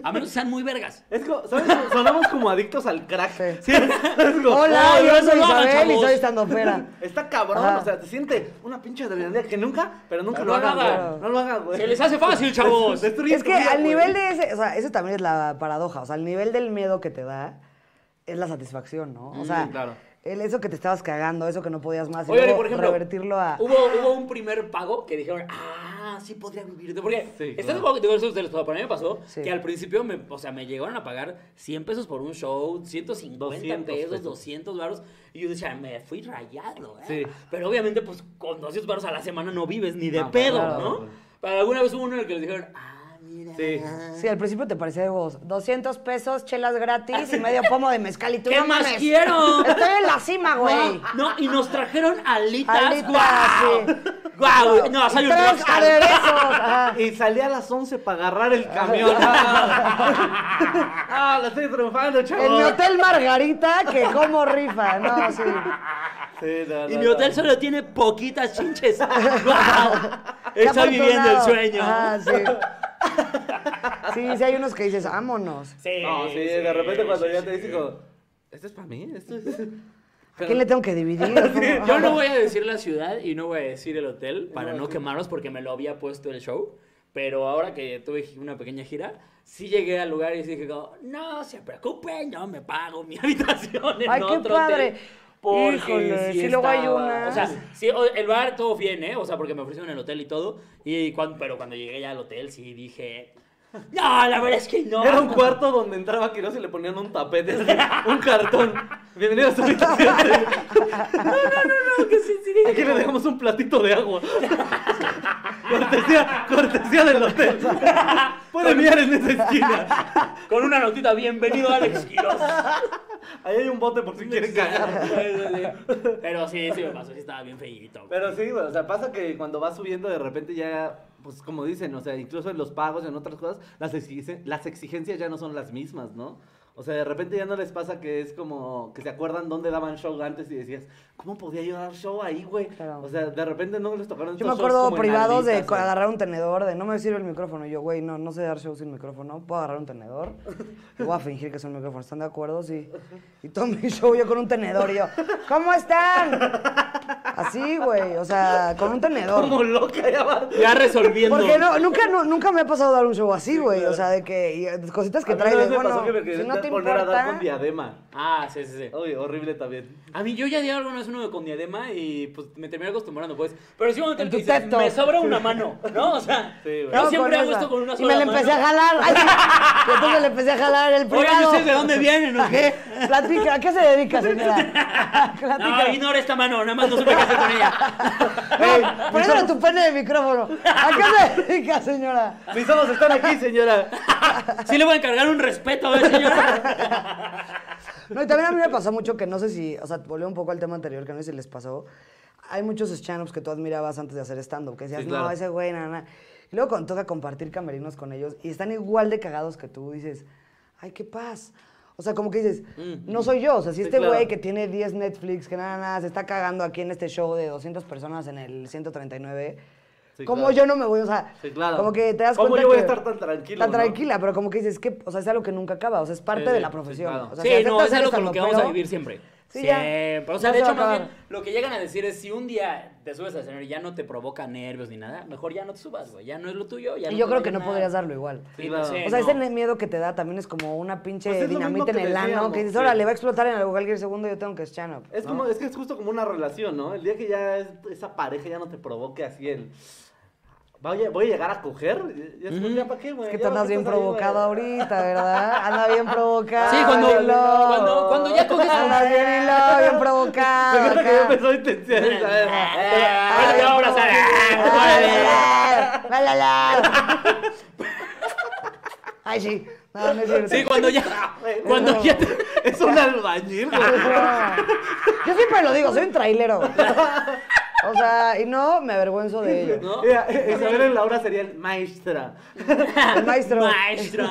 A menos que sean muy vergas. Es como, ¿sabes? Sonamos como adictos al crack. Sí. Sí, es como, Hola, Ay, no yo se soy lo hagan, Isabel y chavos. soy estandopera. Está cabrón, Ajá. o sea, se siente una pinche adrenalina que nunca, pero nunca No lo lo hagan, hagan. güey. No lo hagan, güey. Se les hace fácil, chavos. Destruye Es tu que vida, al güey. nivel de ese, o sea, eso también es la paradoja, o sea, al nivel del miedo que te da es la satisfacción, ¿no? Mm, O sea, claro. el, eso que te estabas cagando, eso que no podías más, y Oigan, y luego por ejemplo, revertirlo a... Hubo, hubo un primer pago que dijeron, ah, ah, sí podría vivir. de-". Porque Sí, estás claro. de acuerdo que te ustedes todo, pero a mí me pasó Sí. que al principio, me, o sea, me llegaron a pagar 100 pesos por un show, 150 200 pesos, pesos. 200 varos, y yo decía, me fui rayado, ¿eh? Sí. Pero obviamente, pues, con 200 varos a la semana no vives ni de No, pedo, claro. ¿no? Pero alguna vez hubo uno en el que les dijeron, ah, mira. Sí. Sí, al principio te parecía de huevos. 200 pesos, chelas gratis y medio pomo de mezcal. Y tú, ¿Qué no más mames, quiero? Estoy en la cima, güey. No, Ah, no, y nos trajeron alitas. Alitas, ¡Guau! sí. ¡Guau! No, soy un Tres rockstar. aderezos, ajá. Ah, Y salí a las 11 para agarrar el camión. ¡Ah, la estoy triunfando, chavos! En mi hotel Margarita, que como rifa. No, sí. Sí, no, Y no, mi hotel no. solo tiene poquitas chinches. ¡Guau! Estoy viviendo el sueño. Ah, sí. Sí, sí, hay unos que dices, vámonos. Sí, No, sí, de repente cuando ya te dicen como, ¿esto es para mí? ¿Esto es...? ¿A quién le tengo que dividir? ¿Cómo? Yo no voy a decir la ciudad y no voy a decir el hotel para no quemarlos porque me lo había puesto el show. Pero ahora que tuve gi- una pequeña gira, sí llegué al lugar y sí dije, como, no se preocupen, yo me pago mi habitación en Ay, qué otro padre. hotel". Porque Híjole, sí, luego hay estaba- unas. O sea, sí, o- el bar todo bien, ¿eh? O sea, porque me ofrecieron el hotel y todo. Y cuan- pero cuando llegué ya al hotel sí dije, no, la verdad es que no. Era un cuarto donde entraba Quiroz y le ponían un tapete, así, un cartón. Bienvenido a su habitación. No, que sí, sí, dije, Aquí le dejamos un platito de agua. cortesía, cortesía del hotel. Puede mirar en esa esquina. Con una notita, bienvenido Alex Quiroz. Ahí hay un bote por si quieren cagar. Pero sí, sí me pasó, sí estaba bien feíto. Pero sí, güey, o sea, pasa que cuando vas subiendo de repente ya, pues como dicen, o sea, incluso en los pagos, en otras cosas, las, exige- las exigencias ya no son las mismas, ¿no? O sea, de repente ya no les pasa que es como que se acuerdan dónde daban show antes y decías, ¿cómo podía yo dar show ahí, güey? Claro. O sea, de repente no les tocaron estos Yo me shows acuerdo como ¿eh? en privados de alitas, co- güey. agarrar un tenedor, de no me sirve el micrófono. Y yo, güey, no, no sé dar show sin micrófono. Puedo agarrar un tenedor. Y voy a fingir que es un micrófono. ¿Están de acuerdo? Sí. Y todo mi show yo con un tenedor. Y yo, ¿cómo están? Así, güey. O sea, con un tenedor. Como loca ya vas. Ya resolviendo. Porque no, nunca, no- nunca me ha pasado dar un show así, güey. O sea, de que y eh, cositas que A mí una traes vez de, me bueno, pasó que me quería si no te poner a dar con importa. diadema. Ah, sí, sí, sí. Uy, horrible también. A mí yo ya di alguna vez uno con diadema y pues me terminé acostumbrando, pues. Pero sí, cuando En te tu dices, tacto. me sobra una mano, ¿no? O sea, Sí, güey. yo No, siempre con hago esa. esto con una Y me sola la mano. empecé a jalar. Ay, sí. entonces le empecé a jalar el privado. Oigan, ¿y ustedes de dónde vienen o qué? Platica, ¿a qué se dedica, señora? Platica. No, ignora esta mano, nada más no supe qué hacer con ella. Ey, Ponéndole tu pene de micrófono. ¿A qué se dedica, señora? Mis ojos están aquí, señora. Sí le voy a encargar un respeto, ¿eh, señora? No, y también a mí me pasó mucho que no sé si, o sea, volvió un poco al tema anterior, que no sé si les pasó. Hay muchos stand-ups que tú admirabas antes de hacer stand-up, que decías, Sí, claro. no, ese güey, nada, nada. Y luego cuando toca compartir camerinos con ellos y están igual de cagados que tú, dices, ay, qué paz. O sea, como que dices, no soy yo. O sea, si Mm. Sí, este güey claro. que tiene 10 Netflix, que nada, nada, se está cagando aquí en este show de 200 personas en el 139, Sí, como claro. yo no me voy? O sea, Sí, claro. como que te das ¿Cómo cuenta yo voy a que- estar tan tranquilo, Tan no? tranquila, pero como que dices, que, o sea, es algo que nunca acaba. O sea, es parte Sí, de sí, la profesión. claro. O sea, si Sí, no, aceptas es algo ser con lo que vamos a estandopero, vivir siempre. Sí, ya. Siempre. O sea, No de se va hecho, a más bien, acabar. lo que llegan a decir es: si un día te subes al escenario y ya no te provoca nervios ni nada, mejor ya no te subas, güey. Ya no es lo tuyo. Ya Y no yo te creo va que no nada. podrías darlo igual. Sí, no sé, o sea, ese no. miedo que te da también es como una pinche Pues es lo dinamita en mismo que el ano decíamos, que dices, sí. ahora le va a explotar en algo cualquier segundo, yo tengo que stand up. Es como, es que es justo como una relación, ¿no? El día que ya es- esa pareja ya no te provoque así el. Voy a, voy a llegar a coger. Ya, es como, ya para qué, güey. Es que Ya para tú andas qué bien estás ahí, güey. provocado ahorita, ¿verdad? Anda bien provocado. Sí, cuando- bien loco. cuando- cuando ya coges- Anda bien loco, bien provocado. Me encanta que acá. yo empezó a intensiar. Ahora te vamos a hacer. ¡Ah! La, la, la. Ay, sí. No, no es cierto. Sí, cuando ya. Cuando ya te. Es un albañil, güey. Yo siempre lo digo, soy un trailero. O sea, y no me avergüenzo de ello. ¿No? Mira, eh, Isabel en la obra sería el maestra. El maestro. Maestro.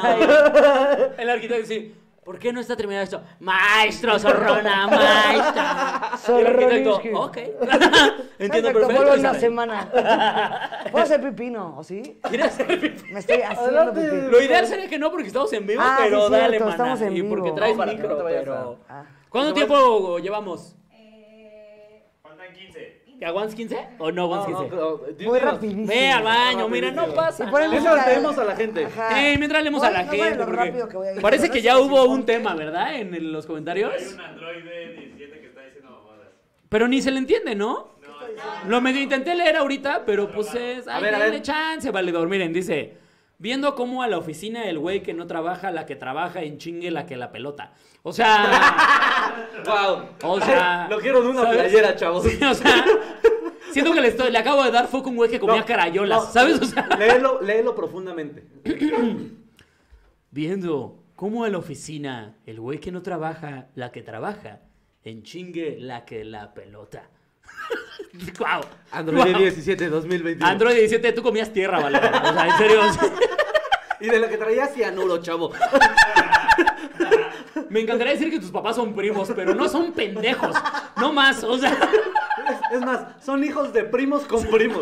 El arquitecto sí. ¿Por qué no está terminado esto? Maestro, zorrona, maestra. Y el Zorroninsky. arquitecto, ok. Perfecto, Entiendo vuelvo en perfecto. una Isabel. semana. Puedo hacer pipino, ¿o sí? ¿Quieres hacer pipí? Me estoy haciendo Adelante. pipí. Lo ideal sería que no, porque estamos en vivo, Ah, sí, pero es dale, cierto, maná, estamos en y vivo. porque traes No, para que micro, no te vayas pero... a- Ah. ¿Cuánto tiempo llevamos? Eh, ¿Que aguantes 15? ¿O no Pues, aguantes 15? Muy rapidísimo. Ve al baño, mira, no pasa Y ponle nada. Eso música. lo tenemos a la gente. Ajá. Eh, mientras leemos a Oye, la no saben gente, lo porque rápido que voy a ir. parece que ya No sé si hubo se un importa. tema, ¿verdad? En, el- los comentarios. Hay un androide 17 que está diciendo mamadas. Pero ni se le entiende, ¿no? No, Lo medio intenté leer ahorita, pero pues es. A Ay, ver, a ver. denle chance, valedor. Miren, dice. Viendo cómo a la oficina el güey que no trabaja, la que trabaja en chingue la que la pelota. O sea. ¡Wow! O sea. Lo quiero de una ¿sabes? playera, chavos. Sí, o sea. Siento que le, estoy- le acabo de dar foco a un güey que comía No, carayolas, no. ¿sabes? O sea. Léelo, léelo profundamente. Viendo cómo a la oficina el güey que no trabaja, la que trabaja, en chingue la que la pelota. ¡Guau! Android ¡Guau! 17, 2021. Android 17, tú comías tierra, vale. O sea, en serio. o sea, Y de lo que traía cianuro, chavo. Me encantaría decir que tus papás son primos, pero no son pendejos. No más, o sea. Es, es más, son hijos de primos con primos.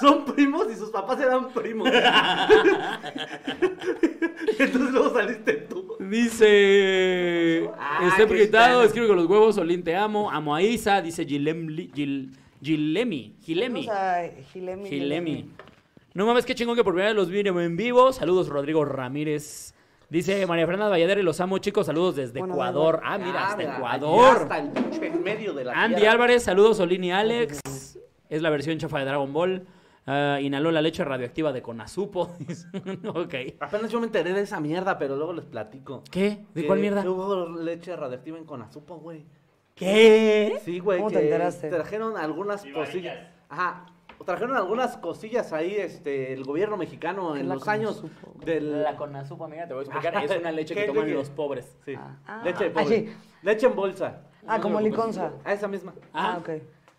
son primos y sus papás eran primos. Entonces luego saliste tú. Dice. Ah, Esté qué gritado, tal. escribe con los huevos, Olín te amo. Amo a Isa, dice Gilem- Gil- Gilemi. Gilemi. Vamos a Gilemi. Gilemi. No mames, qué chingón que por primera vez los vi en vivo. Saludos, Rodrigo Ramírez. Dice María Fernanda Valladere, los amo, chicos. Saludos desde Bueno, Ecuador. bueno. Ah, mira, hasta mira, Ecuador. Hasta el pinche en medio de la Andy tierra. Álvarez, saludos Olin y Alex. Es la versión chafa de Dragon Ball. Ah, inhaló la leche radioactiva de Conazupo. ok. Apenas yo me enteré de esa mierda, pero luego les platico. ¿Qué? ¿De Que cuál mierda? Hubo leche radioactiva en Conazupo, güey. ¿Qué? Sí, güey. ¿Cómo te que enteraste? Trajeron algunas cosillas. Ajá. Trajeron algunas cosillas ahí, este, el gobierno mexicano en La los años Conazupo. del... La Conazupo, amiga, te voy a explicar. Es una leche que ¿Qué toman leche? los pobres. Sí. Ah. leche de Ah, pobre. sí. Leche en bolsa. Ah, como liconza. A esa misma. Ah, Ah. ok.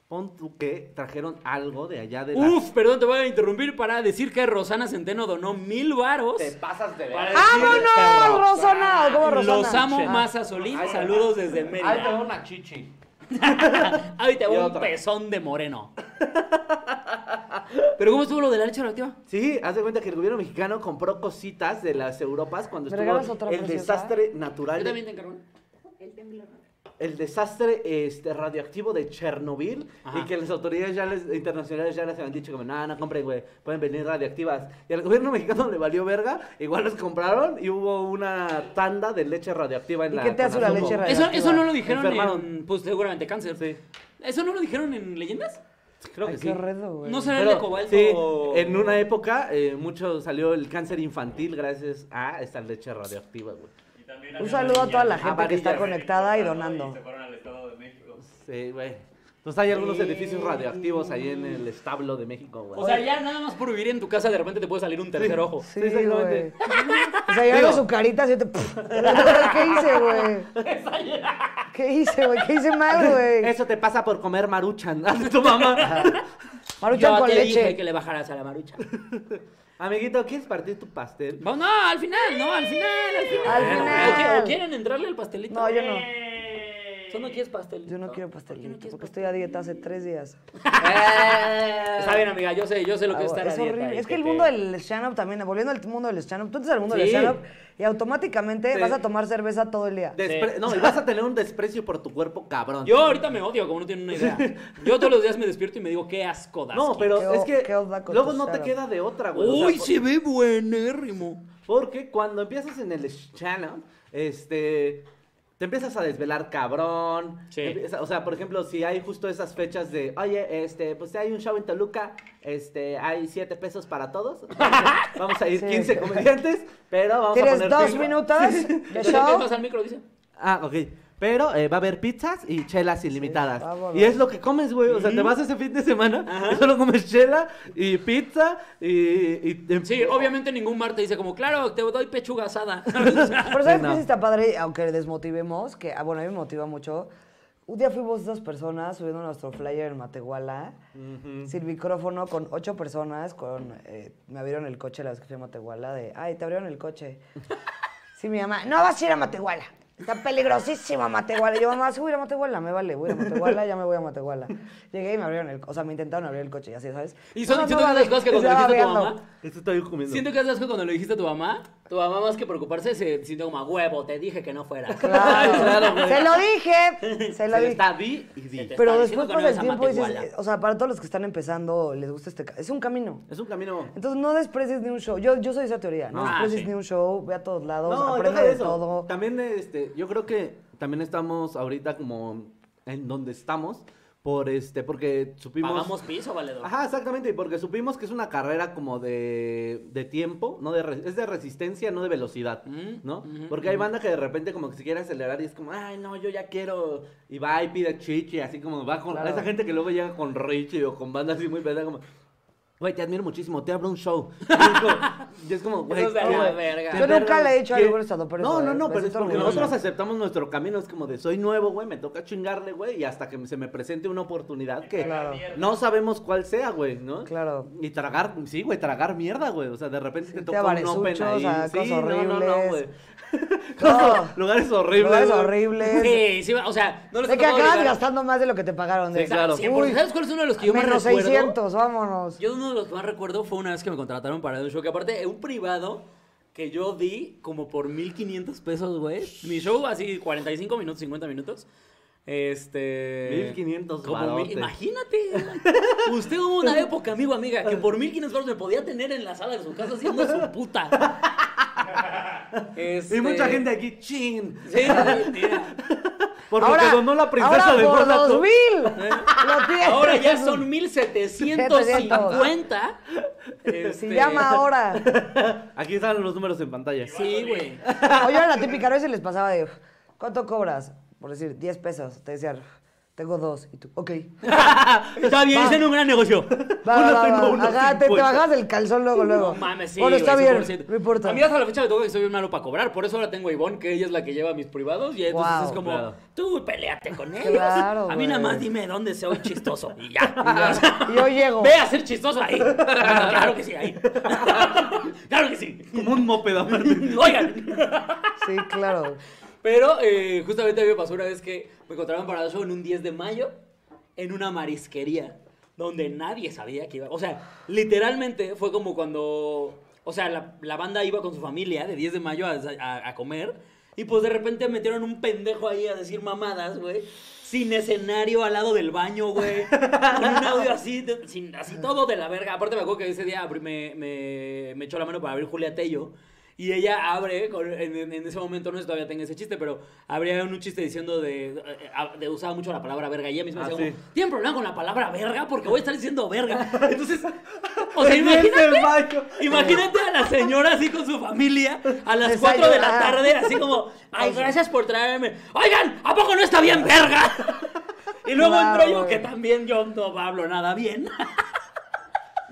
Pon tú que trajeron algo de allá de la... Uf, perdón, te voy a interrumpir para decir que Rosana Centeno donó mil varos. Te pasas de ver. Para ¡Vámonos, Rosana! ¿Cómo Rosana? Los amo Ah. más a Solín. Saludos desde Ahí te va Mérida. una chichi. Ahí te Y va un otra. pezón de moreno. ¿Pero cómo estuvo lo de la leche radioactiva? Sí, haz de cuenta que el gobierno mexicano compró cositas de las Europas cuando ¿Me regalas estuvo otra el preciosa? desastre natural. Yo también te encargo. el desastre este, radioactivo de Chernobyl Ajá. y que las autoridades ya les- internacionales ya les habían dicho que no, no compren, güey, pueden venir radioactivas. Y al gobierno mexicano le valió verga, igual les compraron y hubo una tanda de leche radioactiva en ¿Y la qué te hace la Conazupo. leche radioactiva? Eso, eso no lo dijeron en. Enfermaron. Pues seguramente cáncer. Sí. ¿Eso no lo dijeron en leyendas? Creo que Ay, sí. qué redo, güey. ¿No será el de Pero, cobalto? sí, o- en una época eh, mucho salió el cáncer infantil gracias a esta leche radioactiva, güey. Un saludo a toda la gente que Amarillas. está conectada y donando. Sí, güey. Entonces hay algunos Sí. edificios radioactivos ahí en el establo de México, güey. O sea, ya nada más por vivir en tu casa de repente te puede salir un tercer ojo. Sí, exactamente. güey. O sea, yo Digo- hago su carita así, te... ¿Qué hice, güey? ¿Qué hice, güey? ¿Qué hice mal, güey? Eso te pasa por comer maruchan. Haz tu mamá. Maruchan Yo con te leche. dije que le bajaras a la marucha. Amiguito, ¿quieres partir tu pastel? Vamos, no, al final, no, al final, al final. Al final. ¿O qué- ¿O, quieren entrarle al pastelito? No, yo no. Tú no quieres pastel. Yo no quiero ¿Por qué no pastelito quieres porque estoy a dieta hace tres días. pastel? Está bien, amiga, yo sé, yo sé lo que es estar a Ah, es dieta horrible. y Es que el te- mundo del stand-up también, volviendo al mundo del stand-up, tú entras al mundo del Sí. stand-up y automáticamente Sí. vas a tomar cerveza todo el día. Despre- Sí. No, y vas a tener un desprecio por tu cuerpo, cabrón. Yo ahorita me odio, como no tienen una idea. Yo todos los días me despierto y me digo, qué asco das. No, pero Qué- es que qué onda con luego tu no te cero. queda de otra, güey. O Uy, pues sea, se ve buenérrimo. Porque cuando empiezas en el channel, este, te empiezas a desvelar cabrón. Sí. Empieza- o sea, por ejemplo, si hay justo esas fechas de, oye, este, pues si hay un show en Toluca, este, hay 7 pesos para todos. Vamos a ir Sí. 15 comediantes, pero vamos a Tienes poner dos cinco. minutos de Entonces, ¿qué show. pasa al micro, dice? Ah, ok. Pero eh, va a haber pizzas y chelas ilimitadas. vámonos. y es lo que comes, güey. O sea, te vas ese fin de semana y solo comes chela y pizza y... y- y- Sí, obviamente ningún Marte dice como, claro, te doy pechuga asada. O sea, Pero Sí, ¿sabes no. qué sí está padre? Aunque desmotivemos, que ah, bueno, a mí me motiva mucho. Un día fuimos esas personas subiendo nuestro flyer en Matehuala, sin micrófono, con ocho personas, con eh, me abrieron el coche la vez que fui a Matehuala, de, ay, te abrieron el coche. sí, mi mamá, no vas a ir a Matehuala, está peligrosísimo Matehuala. Y yo, mamá, sí voy a ir a Matehuala, me vale, voy a ir a Matehuala, ya me voy a Matehuala. Llegué y me abrieron el, o sea, me intentaron abrir el coche, ya sí, ¿sabes? Y son- No, siento no, que son vale. las cosas que Y se cuando le va dijiste a tu babeando. mamá, Esto estoy comiendo. siento que es asco cuando le dijiste a tu mamá, tu mamá más que preocuparse se sintió como, a huevo, te dije que no fuera. Claro, Claro, güey. se lo dije, se Se lo lo dije. está di y di. Te Pero está después diciendo que no pasa el es a tiempo y dices, Matehuala. eh, o sea, para todos los que están empezando, les gusta este ca- Es un camino. Es un camino. Entonces no desprecies ni un show. Yo, yo soy esa teoría, no, Ah, desprecies sí. ni un show, ve a todos lados, No, aprende deja de eso. todo. También, este, yo creo que también estamos ahorita como en donde estamos, por este, porque supimos... ¿Pagamos piso, valedor? Ajá, exactamente, y porque supimos que es una carrera como de, de tiempo, no de re- es de resistencia, no de velocidad, Mm, ¿no? ujú, porque hay banda que de repente como que se quiere acelerar y es como, ay, no, yo ya quiero, y va y pide chichi, así como va con Claro. esa gente que luego llega con Richie o con bandas así muy pesada como... Güey, te admiro muchísimo, te abro un show. Y es como- Y es como, güey, Eso es de ¿qué, la güey? verga. ¿Qué Yo verga? nunca le he dicho a ¿Qué? ningún estandopero No, eso, no, eh. no, Me pero es siento porque orgullosa. nosotros aceptamos nuestro camino. Es como de soy nuevo, güey, me toca chingarle, güey. Y hasta que se me presente una oportunidad que Claro. no sabemos cuál sea, güey, ¿no? Claro. Y tragar, sí, güey, tragar mierda, güey. O sea, de repente te Irte toca a un open baresuchos, ahí. a sí, cosas no, no, no, güey. horribles. Cosas- lugares horribles. Lugares güey. horribles. Sí, sí, o sea, no les De que ha tocado acabas llegar- gastando más de lo que te pagaron. de- Sí, claro. Uy, 100%. ¿Sabes cuál es uno de los que yo más Menos recuerdo? 600, vámonos. Yo uno de los que más recuerdo fue una vez que me contrataron para un show, que aparte un privado que yo di como por 1500 pesos, güey. Mi show así 45 minutos, 50 minutos. Este 1500 como mil- varotes. Imagínate. Usted hubo una época, amigo, amiga, que por 1500 varos me podía tener en la sala de su casa haciendo su puta. Este, Y mucha gente aquí, chin. Sí, güey, tía. Por lo que donó la princesa ahora de por Mónaco. 2000. ¿Eh? Lo tienes. Ahora ya son 1750. Si Este, llama ahora. Aquí están los números en pantalla. Sí, güey. Oye, era la típica vez y les pasaba de, ¿cuánto cobras? Por decir, 10 pesos. Te decían, tengo dos. Y tú, ok. Está bien, hice un gran negocio. Va, Uno va, va, tengo, va. uno Ajá, te, te 50. bajas del calzón luego, luego. No mames, sí. Bueno, está güey, bien, 100%. no importa. A mí hasta la fecha me toca que soy bien malo para cobrar. Por eso ahora tengo a Ivonne, que ella es la que lleva mis privados. Y entonces Guau. es como, Claro. tú peleate con ellos. Claro, a mí nada güey. más dime dónde soy chistoso. Y ya. Y yo llego. Ve a ser chistoso ahí. claro que sí, ahí. claro que sí. Como un moped aparte. Oigan. Sí, claro. Pero eh, justamente a mí me pasó una vez que me encontraron para el show en un 10 de mayo en una marisquería donde nadie sabía que iba. O sea, literalmente fue como cuando. O sea, la, la banda iba con su familia de 10 de mayo a, a- a comer. Y pues de repente metieron un pendejo ahí a decir mamadas, güey. Sin escenario al lado del baño, güey. Con un audio así, de- sin, así todo de la verga. Aparte me acuerdo que ese día abrí- me, me, me echó la mano para abrir Julia Tello. Y ella abre, con- en, en- en ese momento no sé si todavía tenga ese chiste, pero habría un chiste diciendo de, eh, de usaba mucho la palabra verga. Y ella misma Ah, decía, como, sí. ¿tienen problema con la palabra verga? Porque voy a estar diciendo verga. Entonces, o sea, Desde imagínate, el baño. imagínate a la señora así con su familia a las Desayunar. 4 de la tarde, así como, ay, gracias por traerme. Oigan, ¿a poco no está bien verga? Y luego Claro, entro yo, güey. que también yo no hablo nada bien.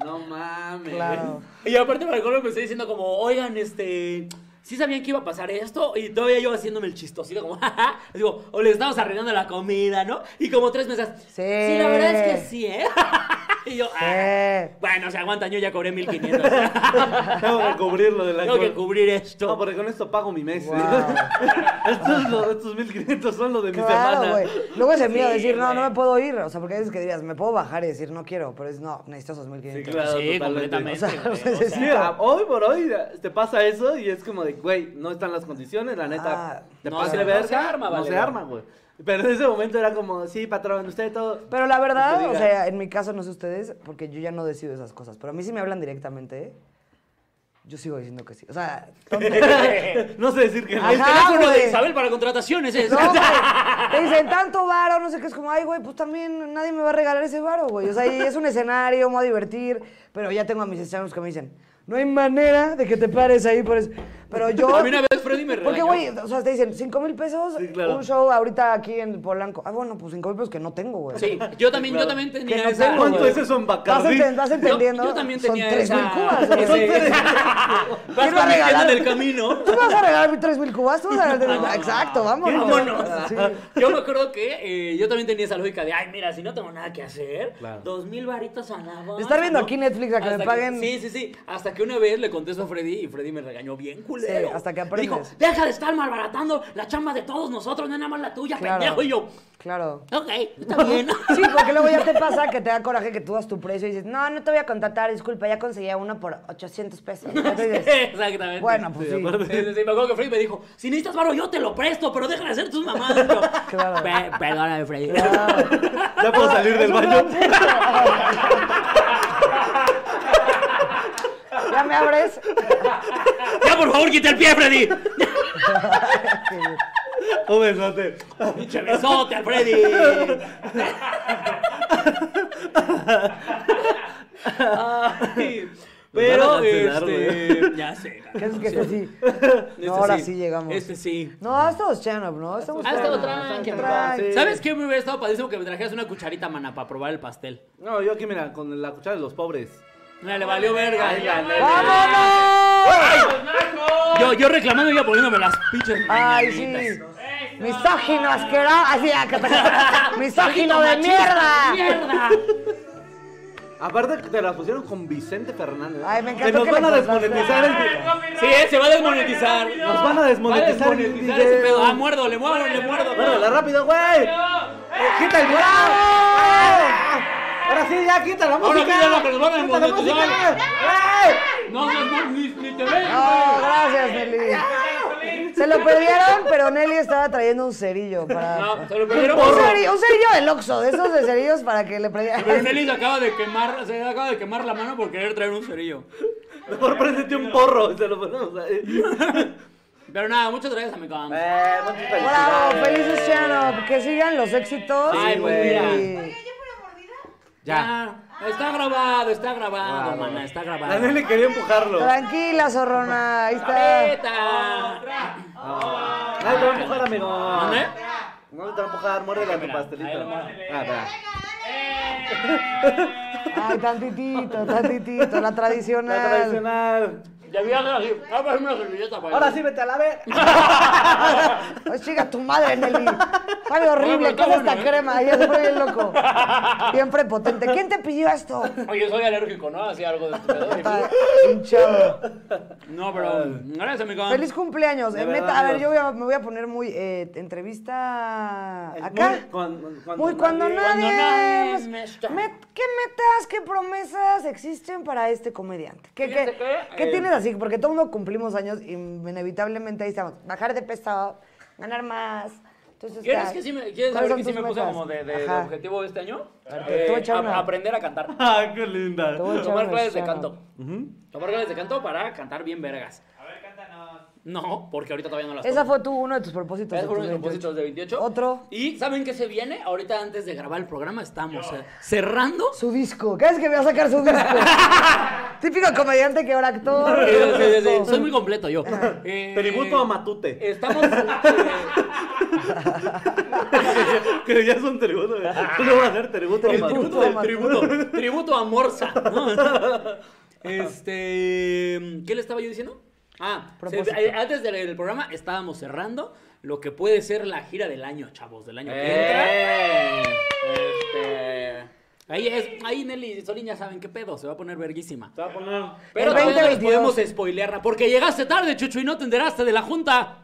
No mames. Claro. Y aparte me acuerdo que me estoy diciendo como, oigan, este, ¿sí sabían que iba a pasar esto? Y todavía yo haciéndome el chistosito como, jaja, Les digo, o les estamos arruinando la comida, ¿no? Y como tres meses, Sí. la verdad es que sí, ¿eh? y yo, "Ah, Sí. bueno, se aguantan, yo ya cobré 1500. Tengo que cubrir lo de la Tengo que cor- cubrir esto. No, porque con esto pago mi mes. Wow. estos, lo- estos 1500 son lo de mi Claro, semana. güey. Luego ese miedo de Sí, decir, no, no güey. me puedo ir. O sea, porque hay veces que dirías, me puedo bajar y decir, no quiero. Pero es, no, necesito esos 1500. Sí, claro, sí, totalmente. completamente. O sea, güey, sí, o sea, Sí, a- hoy por hoy te pasa eso y es como de, güey, no están las condiciones, la neta. Ah, te no pasa se- de no se verga, arma, no se Valero. arma, güey. Pero en ese momento era como, sí, patrón, usted todo. Pero la Que verdad, te o diga. sea, en mi caso, no sé ustedes, porque yo ya no decido esas cosas. Pero a mí sí me hablan directamente, ¿eh? Yo sigo diciendo que sí. O sea, tonto. no sé decir que no. El Ajá, teléfono ¡Ah, güey. de Isabel para contrataciones es. No, güey. Te dicen tanto varo, no sé qué. Es como, ay, güey, pues también nadie me va a regalar ese varo, güey. O sea, y es un escenario, me voy a divertir. Pero ya tengo a mis extraños que me dicen, no hay manera de que te pares ahí por eso. Pero yo. A mí una vez Freddy me regañó. Porque, güey, o sea, te dicen, cinco mil pesos, Sí, claro. un show ahorita aquí en Polanco. Ah, bueno, pues cinco mil pesos que no tengo, güey. Sí, yo también, Claro. yo también Que tenía no esa. tengo, ¿Cuánto güey. es eso en Vas, Bacardí? enten- vas entendiendo. Yo, yo también tenía Son tres esa. mil cubas, güey. ese- tres mil Vas va a regalar? convirtiendo en el camino. ¿Tú me vas a regalar mis tres mil cubas? ¿Tú me vas a regalar tres No. mil- Exacto, vámonos. Vámonos. Sí. Yo me acuerdo que eh, yo también tenía esa lógica de, ay, mira, si no tengo nada que hacer, Claro. dos mil varitos a la De estar viendo ¿no? aquí Netflix a que me Hasta paguen. Sí, sí, sí. Hasta que una vez le contesto a Freddy y Freddy me regañó bien culero. Sí, hasta que Dijo, aprendes. deja de estar malbaratando la chamba de todos nosotros, no es nada más la tuya, Claro. pendejo. Y yo, Claro. ok, está bien. Sí, porque luego ya te pasa que te da coraje que tú das tu precio y dices, no, no te voy a contratar, disculpa, ya conseguí a uno por 800 pesos. Y tú dices, Exactamente. bueno, pues Sí, sí. aparte- Sí, sí, sí, me acuerdo que Freddy me dijo, si necesitas varo yo te lo presto, pero deja de hacer tus mamadas. Y yo, Claro. "Pe- perdóname, Freddy. Ya puedo salir del baño. ¿Ya me abres? ya, por favor, quita el pie, Freddy. Sí. Un besote. ¡Pinche besote al Freddy! Ay, Nos pero, van a cancelar, este... Ya sé. ¿Qué es que sí. este sí? Este No, ahora sí llegamos. Este sí. No, ha estado Chanop, ¿no? Estamos Ah, estaba tranqui, tranqui, estamos papá. tranqui. ¿Sabes qué? Me hubiera estado padrísimo que me trajeras una cucharita, mana, para probar el pastel. No, yo aquí, mira, con la cuchara de los pobres. Mira, le valió verga. Ay, la neta. ¡Vámonos! Yo, yo reclamando y ya poniéndome las pinches ¡Ay, sí! mañanitas. ¡Misógino asqueroso! Así, acá, acá. Ah, ¡Misógino de Machista, mierda! ¡Mierda! Aparte te las pusieron con Vicente Fernández. Ay, me encantó Que nos que van le a cortaste. desmonetizar el... Sí, eh, se va a desmonetizar. Nos van a desmonetizar el desmonetizar ese video. pedo. Ah, muerdo, le muerdo, le muerdo. Muérdela rápido, güey. Eh, Quita el morado. Ahora sí, ya quita la Ahora música. sí, ya la que nos van a Quita la música. desmonetizar. Güey. No, no, no, ni, ni te ven. Ah. ¡Oh, gracias, Nelly! Se lo perdieron, pero Nelly estaba trayendo un cerillo para... No, se lo perdieron. Un, ceri- un cerillo del Oxxo, de esos de cerillos para que le prendieran. Pero Nelly se acaba de quemar, se acaba de quemar la mano por querer traer un cerillo. Mejor préndete un porro. y Se lo ponemos ahí. Pero nada, muchas gracias a mi compa. Eh, muchas ¡Bravo! felicidades. ¡Felices Chanop! Que sigan los éxitos. Ay, buen día. y- ¿Ya fue la mordida? Ya. Está grabado, está grabado, Bravo. mana, está La grabado. Nelly quería empujarlo. Tranquila, zorrona. Ahí está. Neta. Nadie te va a empujar, amigo. ¿Dónde? No te va a empujar, muérdela a tu pastelito. ahí lo Ah, muerde. espera. Ay, tantitito, tantitito. La La tradicional. tradicional. Ya voy a hacer así. Ah, pues, una servilleta para Ahora sí, vete a la vez. Ay, chica, tu madre, Nelly. Sabe horrible. Bueno, ¿Qué es bueno, esta ¿eh? crema? Ya se fue bien loco. Bien prepotente. ¿Quién te pidió esto? Oye, soy alérgico, ¿no? Así algo de Está hinchado. No, Ah. pero. Gracias, amigo. Feliz cumpleaños. De Eh, neta, verdad, a ver, Dios. yo voy a- me voy a poner muy eh, entrevista Es acá. muy cuan- cuando Muy cuando nadie- nadie. cuando nadie pues, me está. met- ¿Qué metas, qué promesas existen para este comediante? ¿Qué, qué, Fíjate que, qué eh, tienes así? Porque todo mundo cumplimos años y inevitablemente ahí estamos. Bajar de peso, ganar más. Entonces, ¿Quieres ya, que sí me, ¿quieres ¿cuáles saber son que sí tus me puse metas? como de, de- de Ajá. objetivo este año? te- te voy a echar a- una. aprender a cantar. Ay, ah, qué linda. Te voy a echar Tomar una clases de chana. canto. Tomar clases de canto para cantar bien vergas. A ver, cántanos. No, porque ahorita todavía no las Esa tomo. fue tú, uno de tus propósitos. Ese de fue uno tus de mis propósitos de 28. Otro. Y ¿saben qué se viene? Ahorita antes de grabar el programa estamos eh, cerrando. Su disco. Cada vez que me va a sacar su disco. Típico comediante que ahora actor. Sí, sí, sí, sí. Soy muy completo yo. Eh, Tributo a Matute. Estamos. eh, que ya son tributo. eh. Tú no vas a hacer tributo a tributo, Matute. del tributo, tributo a Morsa. ¿no? Este, ¿qué le estaba yo diciendo? Ah, se- Propósito. eh, antes del, del programa estábamos cerrando lo que puede ser la gira del año, chavos, del año que entra. Eh. Este, ahí es, ahí Nelly y Solín ya saben qué pedo, se va a poner verguísima. Te voy a poner... Pero El todavía no les 2022. podemos spoilearla porque llegaste tarde, Chucho, y no te enteraste de la junta.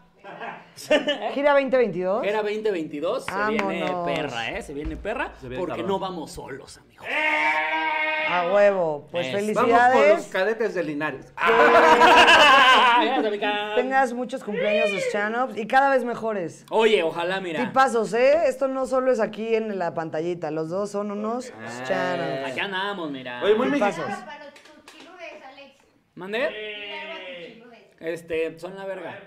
Gira 2022. Era 2022, se Vámonos. viene perra, ¿eh? Se viene perra, Se viene porque cabrón. no vamos solos, amigo. A huevo. Pues Eso. Vamos con los felicidades. cadetes de Linares. Gracias, amiga. Tengas muchos cumpleaños, los chanops, y cada vez mejores. Oye, ojalá, mira. Tipazos, ¿eh? Esto no solo es aquí en la pantallita. Los dos son unos Ah. chanops. Aquí andamos, mira. Oye, muy Tipazos. mexicano. Para, para tus chiludes, Alex. ¿Mande? Dile algo a tus chiludes. Este, son la verga.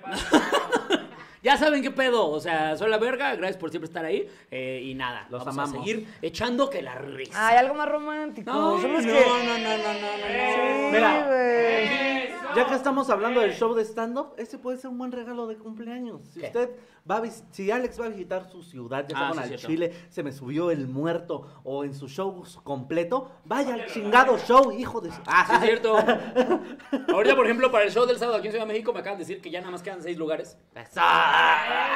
ya saben qué pedo, o sea, son la verga, gracias por siempre estar ahí. eh, y nada, Los vamos a amamos. seguir echando que la risa. Ay, algo más romántico. No, Son los no, que... no, no, no, no, no, Sí, Mira. güey. Ya que estamos hablando del show de stand-up, ese puede ser un buen regalo de cumpleaños. Si ¿Qué? usted va a vis- si Alex va a visitar su ciudad, ya Ah, sea con sí, al cierto. Chile, se me subió el muerto, o en su show completo, vaya al chingado show, hijo de su. Ah, sí, es cierto. Ahorita, por ejemplo, para el show del sábado aquí en Ciudad de México me acaban de decir que ya nada más quedan seis lugares.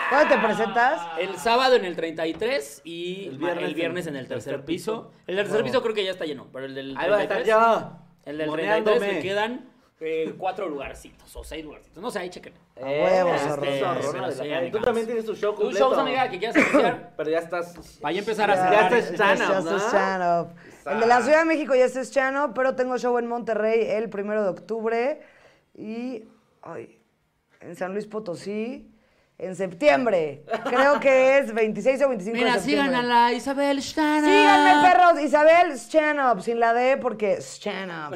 ¿Cuándo te presentas? El sábado en el 33 y el El viernes, viernes en, en el tercer tercer piso. piso. El tercer piso creo que ya está lleno, pero el del Ahí va a estar 33 yo. el del 33 moneándome. me quedan eh, cuatro lugarcitos o seis lugarcitos. No sé, ahí chequen. A huevo, zorro. Este, zorro. zorrona de la Eh, Sí, calle. Tú amigas. también tienes tu show Tus completo. shows, amiga, que quieras anunciar. Pero ya estás. Para ya empezar a Ya cerrar. estás este- chana. Chanop, Este es ¿no? Chanop. El de la Ciudad de México ya este es Chano, pero tengo show en Monterrey el primero de octubre y ay, en San Luis Potosí en septiembre. Creo que es 26 o 25 de Mira, septiembre. sigan a la Isabel Stana. Síganme, perros. Isabel Chanop, sin la D porque Chanop.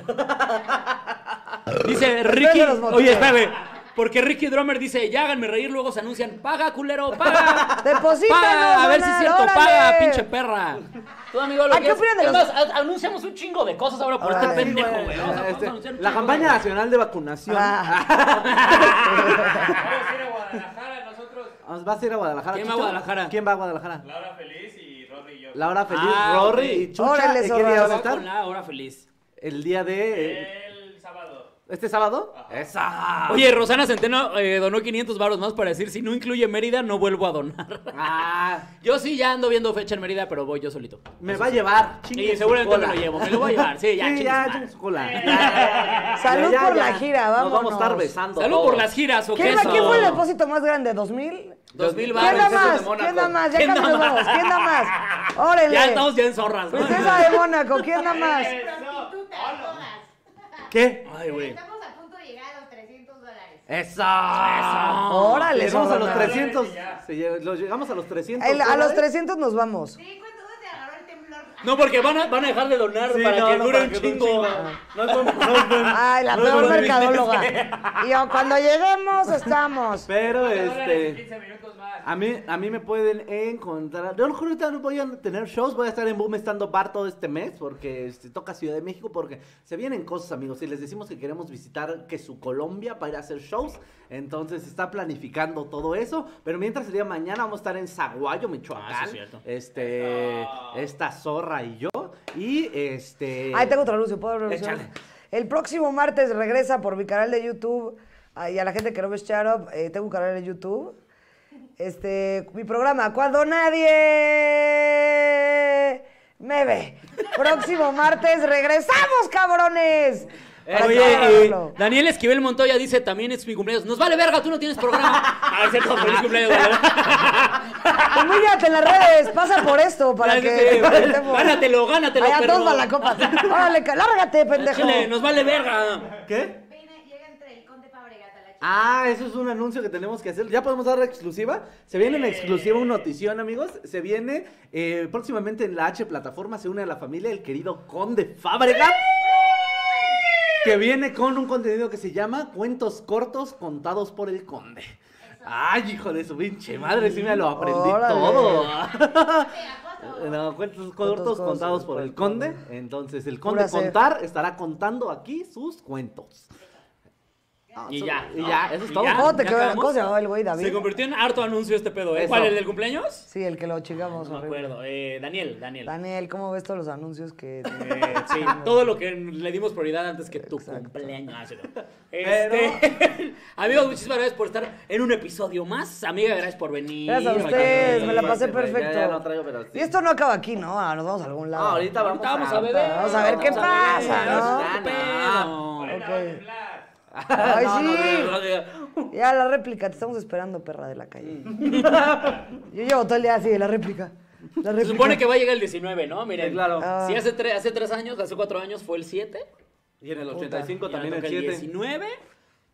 Dice Espérate Ricky. los motivos. Oye, espérame. Porque Ricky Drummer dice, ya háganme reír, luego se anuncian, paga, culero, paga. Deposítanos, Paga, a ver si es Donald, cierto, órale. paga, pinche perra. Tú, amigo, lo ¿A que qué es- opinan de es los- más, a- anunciamos un chingo de cosas ahora por Órale. este pendejo, Sí, güey. güey. O sea, vamos a Este, anunciar un la chingo campaña de cosas. nacional de vacunación. Ah, Ah. Vamos a ir a Guadalajara nosotros. Vamos, Ah, ¿Vas a ir a Guadalajara? ¿Quién va a Chucho? Guadalajara? ¿Quién va a Guadalajara? La hora feliz y Rodri y yo. La hora feliz, Ah, Rory ok. y Chucha. Órale, ¿En qué día van a zorra. Con estar? la hora feliz. El día de... eh, El sábado. ¿Este sábado? ¡Esa! Oye, Rosana Centeno eh, donó 500 varos más para decir, si no incluye Mérida, no vuelvo a donar. Ah, Yo sí ya ando viendo fecha en Mérida, pero voy yo solito. me va a llevar. chingue Y su seguramente me cola. lo llevo, me lo voy a llevar. Sí, ya, Sí, chingue ya, su madre. chingue su cola. Ya, Salud ya, por ya. la gira, Nos vámonos. vamos a estar besando. Salud todos. por las giras, ¿o qué ¿Quién, es va- quién eso? fue el depósito más grande? ¿2000? ¿Quién 2000 da varos. más? eso es de ¿Quién da Mónaco. más? Ya ¿Quién da casi nos más? vamos. ¿Quién da más? Órale. Ya estamos ya en zorras, ¿no? Princesa Pues de Mónaco, ¿quién da más? Prostitutas todas. ¿Qué? Ay, güey. Estamos a punto de llegar a los 300 dólares. ¡Eso! Órale, Llegamos a los zorrona. 300. sí, lle- los llegamos a los 300. El- a dólares. los 300 nos vamos. Sí, ¿cuánto te agarró el temblor? No, porque van a, van a dejar de donar Sí, para no, que no, dure para un que dure un chingo. No es buen- no es buen- Ay, la no es peor buen mercadóloga. business. Y yo, cuando lleguemos, estamos. Pero Dólares y este. 15 minutos más. A mí, a mí me pueden encontrar. Yo ahorita no voy a tener shows. Voy a estar en Boom estando bar todo este mes. Porque este, toca Ciudad de México. Porque se vienen cosas, amigos. Y les decimos que queremos visitar que su Colombia para ir a hacer shows. Entonces se está planificando todo eso. Pero mientras el día de mañana vamos a estar en Zaguayo, Michoacán. Ah, sí, es cierto. Este. Esta zorra y yo. Y este. Ahí tengo otra anuncio, ¿puedo abrir Échale. El próximo martes regresa por mi canal de YouTube. ah, Y a la gente que no ve Charop, tengo un canal de YouTube. Este, mi programa, Cuando Nadie Me Ve. Próximo martes regresamos, cabrones. Para que vayan a Oye, eh, verlo. Daniel Esquivel Montoya dice, también es mi cumpleaños. Nos vale verga, tú no tienes programa. A ver, cierto, feliz cumpleaños. Humíllate Pues en las redes, pasa por esto para que. Gánatelo, gánatelo, Allá perro. todos van la copa. Órale, ca- lárgate, pendejo. Chile, nos vale verga. ¿Qué? Viene, llega entre el conde Fabregata, la chica. Ah, eso es un anuncio que tenemos que hacer. Ya podemos dar exclusiva. Se viene en exclusiva una notición, amigos. Se viene eh, próximamente en la H plataforma. Se une a la familia el querido Conde Fábrega. Que viene con un contenido que se llama Cuentos cortos contados por el Conde. Ay, hijo de su pinche madre, sí me lo aprendí Órale. todo. Pegajoso. No, cuentos cortos cortos contados por el Conde. Entonces, el Conde Pura ser. Contar estará contando aquí sus cuentos. Y ya. Y ya, eso es todo. ya, Jote, ya que vean, acabamos. ¿cómo se llamaba el güey, David? Se convirtió en harto anuncio este pedo, ¿eh? Eso. ¿Cuál, el del cumpleaños? Sí, el que lo chingamos. No me horrible. acuerdo. Eh, Daniel, Daniel. Daniel, ¿cómo ves todos los anuncios que.? Eh, sí, todo lo que le dimos prioridad antes que tu cumpleaños. Ah, sí, no. Este, amigos, muchísimas gracias por estar en un episodio más. Amiga, gracias por venir. Gracias a Ay, ustedes, qué me la padre. pasé Aparte, güey, ya- ya perfecto. no traigo, pero sí. Y esto no acaba aquí, ¿no? Ah, nos vamos a algún lado. Ah, ahorita vamos, Ahorita vamos a beber. Vamos a ver qué Vamos a ver, pasa, ¿no? a ver qué pedo. Ahorita ok. va a temblar. Ay, No, no, sí. no, no, no. Ya la réplica, te estamos esperando, perra de la calle. Yo llevo todo el día así, la réplica. La réplica. Se supone que va a llegar el 19, ¿no? Miren, Sí, claro. Ah. Si hace, tres, hace tres años, hace cuatro años fue el 7. Y en el 85 y también ahora el toca 7. 19.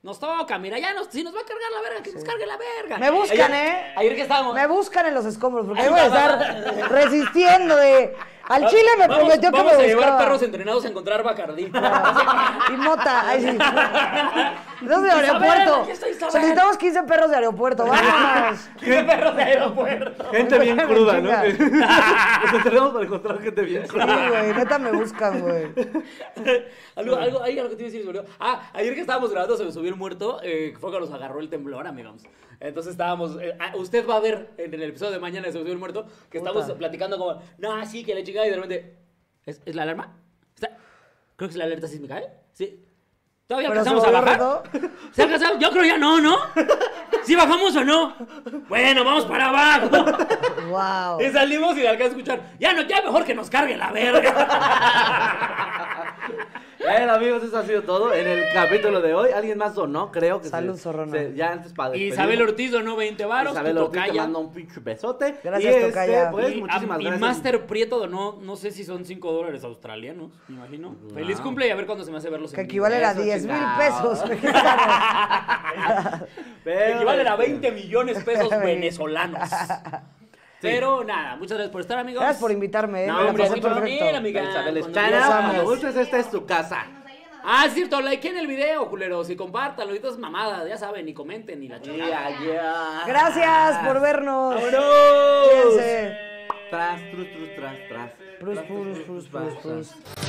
Nos toca, mira, ya nos, si nos va a cargar la verga, que nos cargue la verga. Me buscan, Ayer- ¿eh? Ayer que estábamos. Me buscan en los escombros, porque ahí voy a estar resistiendo de. Al chile me Vamos- prometió que me Vamos a llevar buscaba. perros entrenados a encontrar Bacardí. Y mota, ay sí. Dos de Isabel, aeropuerto. aquí está Isabel. Solicitamos 15 perros de aeropuerto, vámonos. ¡Qué perros de aeropuerto! Gente bien Me cruda, ¿no? chinga. Nos enteramos para encontrar gente bien Sí, cruda. güey, neta me buscan, güey. algo, algo, hay algo que te iba a decir, se me olvidó. Ah, ayer que estábamos grabando se me subió el muerto, eh, fue cuando nos agarró el temblor, amigos. Entonces estábamos, eh, ah, usted va a ver en el episodio de mañana de se me subió el muerto, que estamos platicando como, no, sí, que la chingada, y de repente, ¿es, es la alarma? ¿Está- Creo que es la alerta sísmica, ¿eh? Sí. ¿Todavía Pero alcanzamos se a volvió bajar? ¿Se alcanzamos? Yo creo ya no, ¿no? ¿Sí bajamos o no? Bueno, vamos para abajo. Wow. Y salimos y de alcanza a escuchar, ya no, ya mejor que nos cargue la verga. Bueno, amigos, eso ha sido todo en el capítulo de hoy. ¿Alguien más donó? Creo que Salud, se- zorrona. se- Ya antes para despedirnos. Isabel Ortiz donó 20 varos, Isabel tu Ortiz te tocaya. manda un pinche besote. Gracias, y este, tocaya. Pues, y, muchísimas y gracias. Master Prieto donó, no sé si son 5 dólares australianos, me imagino. Feliz cumple y a ver cuándo se me hace verlos. Que en vivo. equivalen a Eso, 10 mil chingado. pesos mexicanos. Pero, Equivalen a este, 20 millones de pesos venezolanos. Pero nada, muchas gracias por estar, amigos. Gracias por invitarme, eh, No, me la hombre, pasé aquí por venir, perfecto. amiga. Isabel Cuando Estrada, quieras. cuando gustes, esta es tu casa. Nos ayudan a Ah, es cierto, likeen el video, culeros, y compártanlo y todas mamadas, ya saben, y comenten y la chingada. Yeah, yeah. Gracias por vernos. ¡Vámonos! Cuídense. Tras, trus, trus, tras, tras. Prus, Tras, prus, prus, prus, tras, prus. tras.